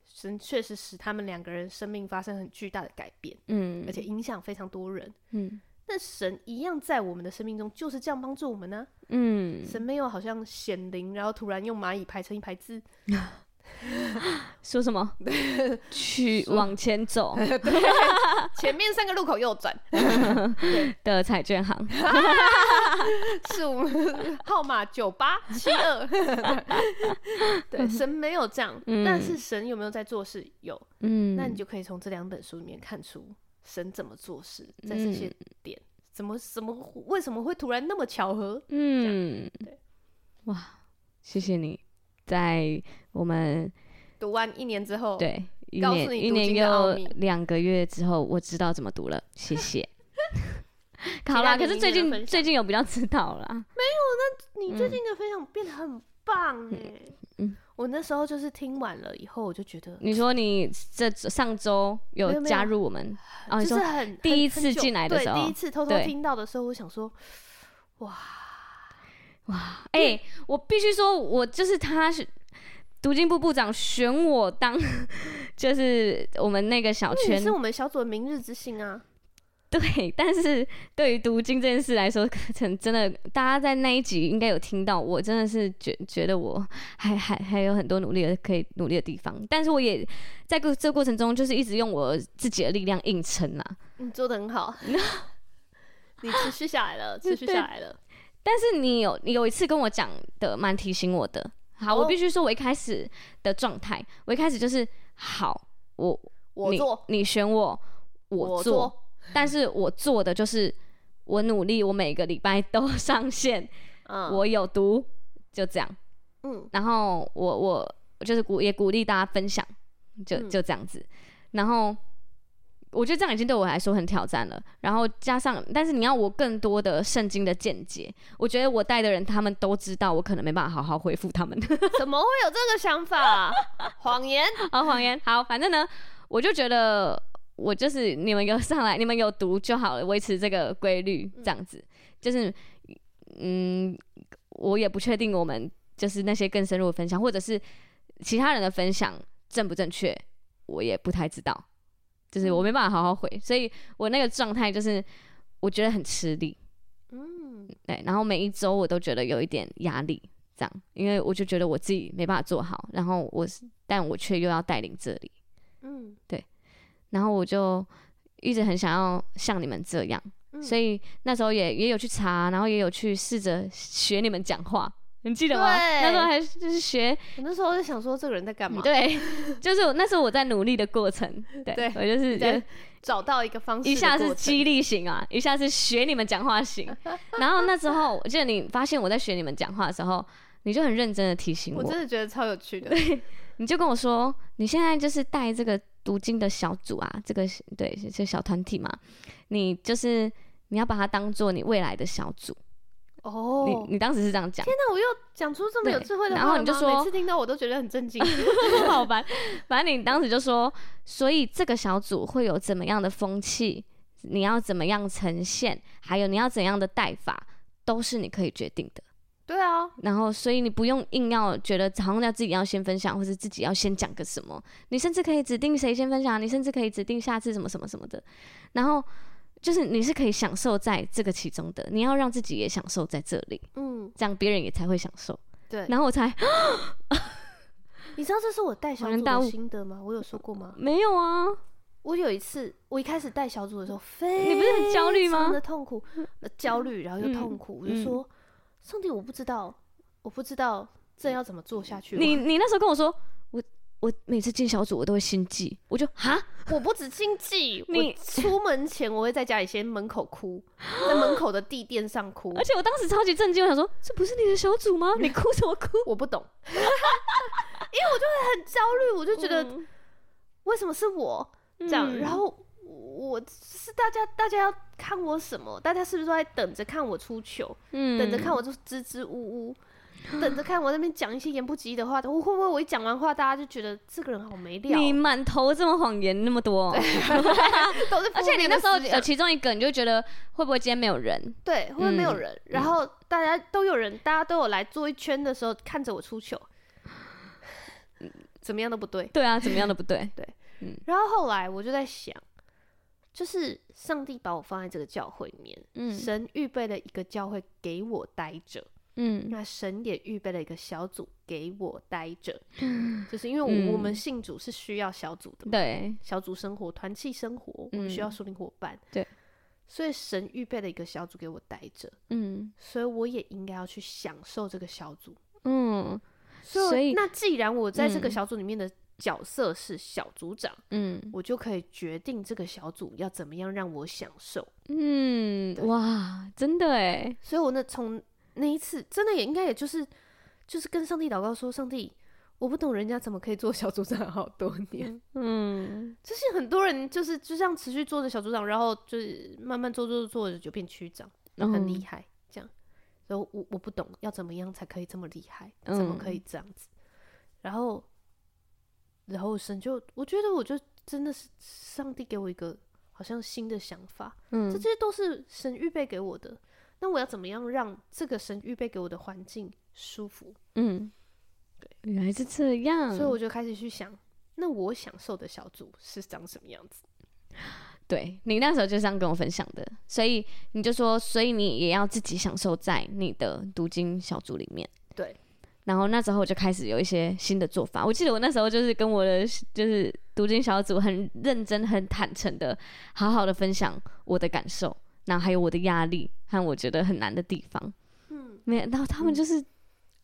[SPEAKER 1] 神确实使他们两个人生命发生很巨大的改变，
[SPEAKER 2] 嗯，
[SPEAKER 1] 而且影响非常多人。
[SPEAKER 2] 嗯
[SPEAKER 1] 但神一样在我们的生命中就是这样帮助我们呢、
[SPEAKER 2] 嗯，
[SPEAKER 1] 神没有好像显灵，然后突然用蚂蚁排成一排字，
[SPEAKER 2] 说什 么？去往前 走
[SPEAKER 1] 前面三个路口右转，
[SPEAKER 2] 的彩券 行。
[SPEAKER 1] 是我们号码九八七 二。对，神没有这样，
[SPEAKER 2] 嗯
[SPEAKER 1] 但是神有没有在做事？有，
[SPEAKER 2] 嗯，
[SPEAKER 1] 那你就可以从这两本书里面看出神怎么做事，在这
[SPEAKER 2] 嗯
[SPEAKER 1] 些点，怎么怎么为什么会突然那么巧合？
[SPEAKER 2] 嗯，
[SPEAKER 1] 对，
[SPEAKER 2] 哇，谢谢你，在我们
[SPEAKER 1] 读完一年之后，
[SPEAKER 2] 对一
[SPEAKER 1] 告诉
[SPEAKER 2] 年
[SPEAKER 1] 你
[SPEAKER 2] 一
[SPEAKER 1] 读
[SPEAKER 2] 年
[SPEAKER 1] 经的奥
[SPEAKER 2] 又
[SPEAKER 1] 秘
[SPEAKER 2] 两个月之后，我知道怎么读了，谢 谢。好
[SPEAKER 1] 期
[SPEAKER 2] 啦，
[SPEAKER 1] 待
[SPEAKER 2] 可
[SPEAKER 1] 你
[SPEAKER 2] 是
[SPEAKER 1] 明
[SPEAKER 2] 最
[SPEAKER 1] 年的
[SPEAKER 2] 近
[SPEAKER 1] 分享
[SPEAKER 2] 最近有比较知道啦，
[SPEAKER 1] 你最近的分享变得很棒哎、
[SPEAKER 2] 嗯
[SPEAKER 1] 我那时候就是听完了以后，我就觉得
[SPEAKER 2] 你说你这上周
[SPEAKER 1] 没
[SPEAKER 2] 有
[SPEAKER 1] 有没有
[SPEAKER 2] 加入我们哦，你
[SPEAKER 1] 就
[SPEAKER 2] 说
[SPEAKER 1] 是很
[SPEAKER 2] 第
[SPEAKER 1] 很
[SPEAKER 2] 一
[SPEAKER 1] 很
[SPEAKER 2] 次
[SPEAKER 1] 久
[SPEAKER 2] 进来的
[SPEAKER 1] 对
[SPEAKER 2] 时
[SPEAKER 1] 第
[SPEAKER 2] 候
[SPEAKER 1] 一次偷偷
[SPEAKER 2] 对
[SPEAKER 1] 听到的时候，我想说，
[SPEAKER 2] 哎、我必须说，我就是他是读经部部长选我当， 就是我们那个小
[SPEAKER 1] 嗯你
[SPEAKER 2] 圈
[SPEAKER 1] 是我们小组的明日之星啊，
[SPEAKER 2] 对，但是对于读经这件事来说，可能真的大家在那一集应该有听到，我真的是觉觉得我还还还有很多努力的可以努力的地方，但是我也在过这过程中，就是一直用我自己的力量硬撑啊啦。
[SPEAKER 1] 你做的很 好，你持续下来了，持续
[SPEAKER 2] 对
[SPEAKER 1] 下来了，
[SPEAKER 2] 但是你有你有一次跟我讲的，蛮提醒我的。好，我
[SPEAKER 1] 哦
[SPEAKER 2] 必须说，我一开始的状态，我一开始就是好，我
[SPEAKER 1] 我
[SPEAKER 2] 你
[SPEAKER 1] 做，
[SPEAKER 2] 你选我，我
[SPEAKER 1] 我
[SPEAKER 2] 做，但是我做的就是我努力，我每个礼拜都 上线，
[SPEAKER 1] 嗯，
[SPEAKER 2] 我有读，就这样。
[SPEAKER 1] 嗯，
[SPEAKER 2] 然后我我就是鼓也鼓励大家分享，就
[SPEAKER 1] 嗯
[SPEAKER 2] 就这样子。然后我觉得这样已经对我来说很挑战了。然后加上，但是你要我更多的圣经的见解，我觉得我带的人他们都知道，我可能没办法好好回复他们。
[SPEAKER 1] 怎么会有这个想法？谎 言，
[SPEAKER 2] 好，谎言。好，反正呢，我就觉得我就是你们有 上来，你们有读就好了，维持这个规律这样子。就是，嗯，我也不确定我们就是那些更深入的分享，或者是其他人的分享正不正确，我也不太知道。就是我没办法好好回，所以我那个状态就是我觉得很吃力。
[SPEAKER 1] 嗯，
[SPEAKER 2] 对，然后每一周我都觉得有一点压力，这样，因为我就觉得我自己没办法做好，然后我是，但我却又要带领这里，
[SPEAKER 1] 嗯，
[SPEAKER 2] 然后我就一直很想要像你们这样，
[SPEAKER 1] 嗯
[SPEAKER 2] 所以那时候也也有去查，然后也有去试着学你们讲话，你记得吗？
[SPEAKER 1] 对
[SPEAKER 2] 那时候还就是 学，
[SPEAKER 1] 我那时候就想说，这个人在干嘛？
[SPEAKER 2] 对， 就是我那时候我在努力的过程，对，
[SPEAKER 1] 对
[SPEAKER 2] 我就是
[SPEAKER 1] 在
[SPEAKER 2] 有
[SPEAKER 1] 找到一个方式的
[SPEAKER 2] 一
[SPEAKER 1] 过程，
[SPEAKER 2] 下是激励型啊，一下是学你们讲话型。 然后那时候，我记得你发现我在学你们讲话的时候，你就很认真的提醒我，
[SPEAKER 1] 我真的觉得超有趣的，
[SPEAKER 2] 你就跟我说，你现在就是带这个读经的小组啊，这个对这小团体嘛，你就是你要把它当做你未来的小组。
[SPEAKER 1] 哦，
[SPEAKER 2] 你你当时是这样讲，
[SPEAKER 1] 天哪，我又讲出这么有
[SPEAKER 2] 对
[SPEAKER 1] 智慧的话
[SPEAKER 2] 然后
[SPEAKER 1] 了
[SPEAKER 2] 你就
[SPEAKER 1] 吗
[SPEAKER 2] 说
[SPEAKER 1] 每次听到我都觉得很震 惊。
[SPEAKER 2] 好吧， 反正你当时就说，所以这个小组会有怎么样的风气，你要怎么样呈现，还有你要怎样的带法，都是你可以决定的。
[SPEAKER 1] 对啊，
[SPEAKER 2] 然后，所以你不用硬要觉得好像要自己要先分享，或是自己要先讲个什么，你甚至可以指定谁先分享，你甚至可以指定下次什么什么什么的。然后就是你是可以享受在这个其中的，你要让自己也享受在这里，
[SPEAKER 1] 嗯，
[SPEAKER 2] 这样别人也才会享受。
[SPEAKER 1] 对。
[SPEAKER 2] 然后我才
[SPEAKER 1] 你知道这是我带小
[SPEAKER 2] 恍然
[SPEAKER 1] 组
[SPEAKER 2] 大
[SPEAKER 1] 的
[SPEAKER 2] 悟
[SPEAKER 1] 心得吗？我有说过吗？
[SPEAKER 2] 没有啊，
[SPEAKER 1] 我有一次，我一开始带小组的时候，非
[SPEAKER 2] 你不是很焦虑吗
[SPEAKER 1] 常的痛苦，呃焦虑，然后又痛苦，我就
[SPEAKER 2] 嗯
[SPEAKER 1] 说：“上帝，我不知道，我不知道这要怎么做下去。
[SPEAKER 2] 你
[SPEAKER 1] 我
[SPEAKER 2] 你那时候跟我说，我我每次进小组我都会心悸，我就哈，
[SPEAKER 1] 我不止经济，
[SPEAKER 2] 你
[SPEAKER 1] 我出门前我会在家里先门口 哭，在门口的地垫上哭
[SPEAKER 2] 而，且我当时超级震惊，我想说这不是你的小组吗？你哭什么哭？
[SPEAKER 1] 我不懂，因为我就会很焦虑，我就觉得
[SPEAKER 2] 嗯
[SPEAKER 1] 为什么是我这样？
[SPEAKER 2] 嗯
[SPEAKER 1] 然后我是大家，大家要看我什么？大家是不是都在等着看我出糗，
[SPEAKER 2] 嗯
[SPEAKER 1] 等着看我就支支吾吾，等着看我那边讲一些言不及义的话？我会不会我一讲完话，大家就觉得这个人好没料？
[SPEAKER 2] 你满头这么谎言那么多，哦
[SPEAKER 1] 都是负
[SPEAKER 2] 而且你
[SPEAKER 1] 面
[SPEAKER 2] 那
[SPEAKER 1] 的
[SPEAKER 2] 时候呃
[SPEAKER 1] 思
[SPEAKER 2] 有
[SPEAKER 1] 想
[SPEAKER 2] 其中一个，你就觉得会不会今天没有人？
[SPEAKER 1] 对，会不会没有
[SPEAKER 2] 嗯
[SPEAKER 1] 人？然后大家都有人，大家都有来坐一圈的时候看着我出糗，怎么样都不对。
[SPEAKER 2] 对啊，怎么样的不对？嗯
[SPEAKER 1] 然后后来我就在想，就是上帝把我放在这个教会里面，
[SPEAKER 2] 嗯
[SPEAKER 1] 神预备了一个教会给我待着，
[SPEAKER 2] 嗯
[SPEAKER 1] 那神也预备了一个小组给我待着，就是因为我、我们
[SPEAKER 2] 嗯
[SPEAKER 1] 信主是需要小组的嘛，
[SPEAKER 2] 对，
[SPEAKER 1] 小组生活、团契生活，我们需要
[SPEAKER 2] 嗯
[SPEAKER 1] 属灵伙伴，
[SPEAKER 2] 对，
[SPEAKER 1] 所以神预备了一个小组给我待着，
[SPEAKER 2] 嗯
[SPEAKER 1] 所以我也应该要去享受这个小组。
[SPEAKER 2] 嗯
[SPEAKER 1] 我
[SPEAKER 2] 所以
[SPEAKER 1] 那既然我在这个
[SPEAKER 2] 嗯
[SPEAKER 1] 小组里面的角色是小组长，
[SPEAKER 2] 嗯
[SPEAKER 1] 我就可以决定这个小组要怎么样让我享受。
[SPEAKER 2] 嗯，哇，真的哎，
[SPEAKER 1] 所以我那从那一次，真的也应该也就是就是跟上帝祷告说，上帝，我不懂人家怎么可以做小组长好多年，
[SPEAKER 2] 嗯，
[SPEAKER 1] 就是很多人就是就这样持续做着小组长，然后就是慢慢做做做着就变区长，
[SPEAKER 2] 嗯
[SPEAKER 1] 很厉害这样。然后我我不懂要怎么样才可以这么厉害，怎么可以这样子？然后，然后神就我觉得我就真的是上帝给我一个好像新的想法，
[SPEAKER 2] 嗯，
[SPEAKER 1] 这些都是神预备给我的。那我要怎么样让这个神预备给我的环境舒服？
[SPEAKER 2] 嗯，原来是这样，
[SPEAKER 1] 所以我就开始去想，那我享受的小组是长什么样子？
[SPEAKER 2] 对你那时候就这样跟我分享的，所以你就说，所以你也要自己享受在你的读经小组里面。
[SPEAKER 1] 对。
[SPEAKER 2] 然后那时候我就开始有一些新的做法。我记得我那时候就是跟我的就是读经小组很认真、很坦诚的，好好的分享我的感受，然后还有我的压力和我觉得很难的地方。
[SPEAKER 1] 嗯，
[SPEAKER 2] 没，然后他们就是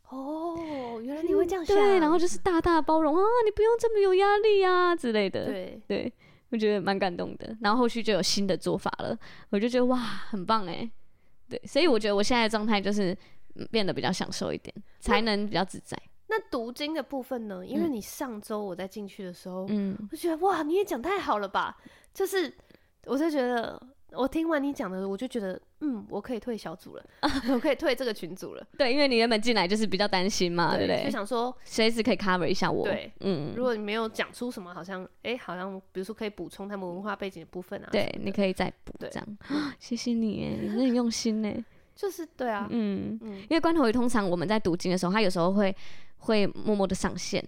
[SPEAKER 1] 哦，原来你会这样想，
[SPEAKER 2] 嗯对，然后就是大大包容啊，你不用这么有压力啊之类的。
[SPEAKER 1] 对，
[SPEAKER 2] 对，我觉得蛮感动的。然后后续就有新的做法了，我就觉得哇，很棒哎。对，所以我觉得我现在的状态就是嗯变得比较享受一点，才能比较自在。
[SPEAKER 1] 那读经的部分呢？因为你上周我在进去的时候，
[SPEAKER 2] 嗯
[SPEAKER 1] 我觉得哇，你也讲太好了吧！就是，我就觉得我听完你讲的，我就觉得，嗯，我可以退小组了， 我可以退这个群组了。
[SPEAKER 2] 对，因为你原本进来就是比较担心嘛，啊对不
[SPEAKER 1] 就
[SPEAKER 2] 对？
[SPEAKER 1] 想说，
[SPEAKER 2] 随时可以 cover 一下我。
[SPEAKER 1] 对，
[SPEAKER 2] 嗯
[SPEAKER 1] 如，果你没有讲出什么，好像，哎、好像，比如说可以补充他们文化背景的部分啊，
[SPEAKER 2] 对，你可以再补
[SPEAKER 1] 对
[SPEAKER 2] 这样。 谢谢你哎，你真的很用心哎。
[SPEAKER 1] 就是对啊，
[SPEAKER 2] 嗯，
[SPEAKER 1] 嗯
[SPEAKER 2] 因为关头鱼通常我们在读经的时候，他有时候会会默默的上线，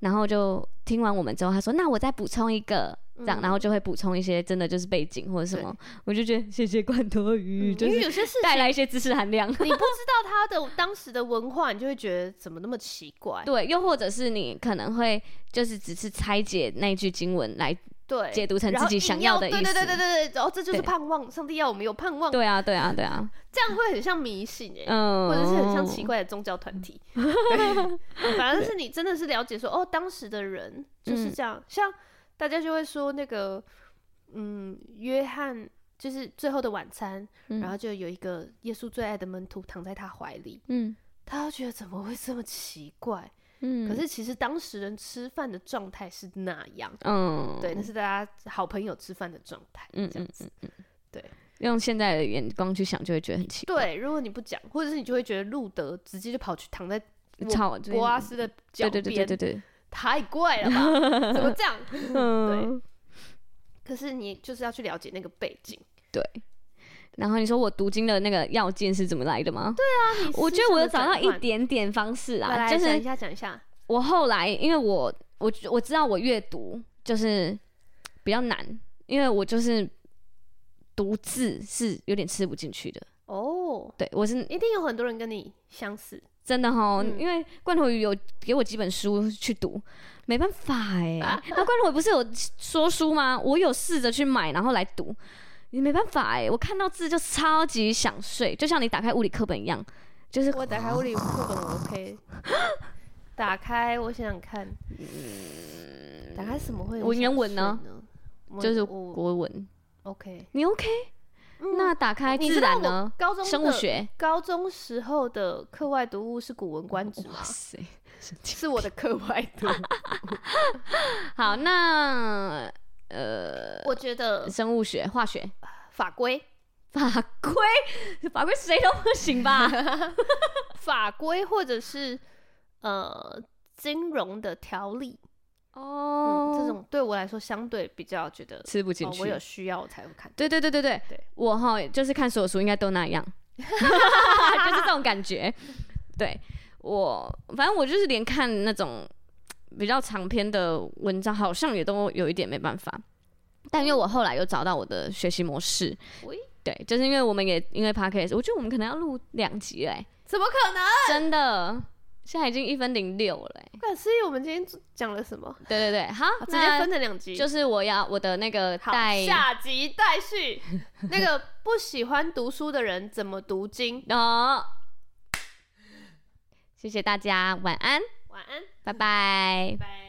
[SPEAKER 2] 然后就听完我们之后，他说：“那我再补充一个。”这
[SPEAKER 1] 嗯
[SPEAKER 2] 样，然后就会补充一些真的就是背景或者什么，我就觉得谢谢罐头鱼，嗯就
[SPEAKER 1] 嗯因为
[SPEAKER 2] 是
[SPEAKER 1] 有些事
[SPEAKER 2] 带来一些知识含量。
[SPEAKER 1] 你不知道他的当时的文化，你就会觉得怎么那么奇怪，
[SPEAKER 2] 对，又或者是你可能会就是只是拆解那句经文来
[SPEAKER 1] 对，
[SPEAKER 2] 解读成
[SPEAKER 1] 然
[SPEAKER 2] 自
[SPEAKER 1] 后
[SPEAKER 2] 己
[SPEAKER 1] 硬
[SPEAKER 2] 想
[SPEAKER 1] 要
[SPEAKER 2] 的意思。
[SPEAKER 1] 对对对对对对，然后这就是
[SPEAKER 2] 对
[SPEAKER 1] 盼望，上帝要我们有盼望，
[SPEAKER 2] 对啊对啊对啊，
[SPEAKER 1] 这样会很像迷信哎、
[SPEAKER 2] 嗯，
[SPEAKER 1] 或者是很像奇怪的宗教团体。对， 反正是你真的是了解说，哦，当时的人就是这
[SPEAKER 2] 嗯
[SPEAKER 1] 样。像大家就会说那个，嗯，约翰就是最后的晚餐，
[SPEAKER 2] 嗯
[SPEAKER 1] 然后就有一个耶稣最爱的门徒躺在他怀里，
[SPEAKER 2] 嗯
[SPEAKER 1] 他就觉得怎么会这么奇怪？
[SPEAKER 2] 嗯，
[SPEAKER 1] 可是其实当时人吃饭的状态是那样，
[SPEAKER 2] 嗯
[SPEAKER 1] 对，那是大家好朋友吃饭的状态，
[SPEAKER 2] 嗯
[SPEAKER 1] 这样子。
[SPEAKER 2] 用现在的眼光去想，就会觉得很奇怪。
[SPEAKER 1] 对，如果你不讲，或者是你就会觉得路德直接就跑去躺在我
[SPEAKER 2] 超
[SPEAKER 1] 博阿斯的脚
[SPEAKER 2] 对
[SPEAKER 1] 边，
[SPEAKER 2] 对对对对对，
[SPEAKER 1] 太怪了 吧？怎么这样？
[SPEAKER 2] 嗯，
[SPEAKER 1] 可是你就是要去了解那个背景。
[SPEAKER 2] 对。然后你说我读经的那个要件是怎么来的吗？对，
[SPEAKER 1] 那你
[SPEAKER 2] 我觉得我有找到
[SPEAKER 1] 思想的转
[SPEAKER 2] 一
[SPEAKER 1] 换，
[SPEAKER 2] 点点方式
[SPEAKER 1] 来
[SPEAKER 2] 啊，
[SPEAKER 1] 来
[SPEAKER 2] 就
[SPEAKER 1] 讲一
[SPEAKER 2] 是
[SPEAKER 1] 下讲一下。
[SPEAKER 2] 我后来因为我我我知道我阅读就是比较难，因为我就是读字是有点吃不进去的。
[SPEAKER 1] 哦，
[SPEAKER 2] 对我是
[SPEAKER 1] 一定有很多人跟你相似，
[SPEAKER 2] 真的哈，
[SPEAKER 1] 嗯
[SPEAKER 2] 因为罐头鱼有给我几本书去读，没办法 哎、那罐头鱼不是有说书吗？我有试着去买，然后来读，也没办法哎、我看到字就超级想睡，就像你打开物理课本一样，就是
[SPEAKER 1] 我打开物理课本，我 OK。打开，我想想看，打开什么会有
[SPEAKER 2] 嗯文言文
[SPEAKER 1] 想
[SPEAKER 2] 呢
[SPEAKER 1] 睡呢？我
[SPEAKER 2] 就是
[SPEAKER 1] 我
[SPEAKER 2] 国文，
[SPEAKER 1] OK。
[SPEAKER 2] 你 OK？、那打开
[SPEAKER 1] 哦你
[SPEAKER 2] 自
[SPEAKER 1] 知道
[SPEAKER 2] 然
[SPEAKER 1] 我
[SPEAKER 2] 呢？
[SPEAKER 1] 高中
[SPEAKER 2] 生物
[SPEAKER 1] 的，
[SPEAKER 2] 学，
[SPEAKER 1] 高中时候的课外读物是《古文观止》 吗？
[SPEAKER 2] 塞！
[SPEAKER 1] 是我的课外 读物。
[SPEAKER 2] 好，那呃，
[SPEAKER 1] 我觉得
[SPEAKER 2] 生物学、化学、
[SPEAKER 1] 法嗯规，
[SPEAKER 2] 法规，法规谁都不行 吧？
[SPEAKER 1] 法规或者是呃金融的条例，
[SPEAKER 2] 哦
[SPEAKER 1] 嗯，这种对我来说相对比较觉得，
[SPEAKER 2] 吃不进
[SPEAKER 1] 哦，
[SPEAKER 2] 去。
[SPEAKER 1] 我有需要我才会看。
[SPEAKER 2] 对对对对对，
[SPEAKER 1] 对
[SPEAKER 2] 我哈就是看所有书应该都 那样，就是这种感觉。对我，反正我就是连看那种比较长篇的文章，好像也都有一点没办法。但因为我后来又找到我的学习模式
[SPEAKER 1] 喂，
[SPEAKER 2] 对，就是因为我们也因为 podcast，我觉得我们可能要录两集嘞、
[SPEAKER 1] 怎么可能？
[SPEAKER 2] 真的，现在已经一分零六了、欸。
[SPEAKER 1] 可是因为我们今天讲了什么？
[SPEAKER 2] 对对对，好
[SPEAKER 1] 啊，直接
[SPEAKER 2] 那
[SPEAKER 1] 分成两集，
[SPEAKER 2] 就是我要我的那个
[SPEAKER 1] 好，
[SPEAKER 2] 带
[SPEAKER 1] 下集待 续。那个不喜欢读书的人怎么读经？
[SPEAKER 2] 哦，谢谢大家，晚安，
[SPEAKER 1] 晚安，
[SPEAKER 2] 拜拜。
[SPEAKER 1] 拜。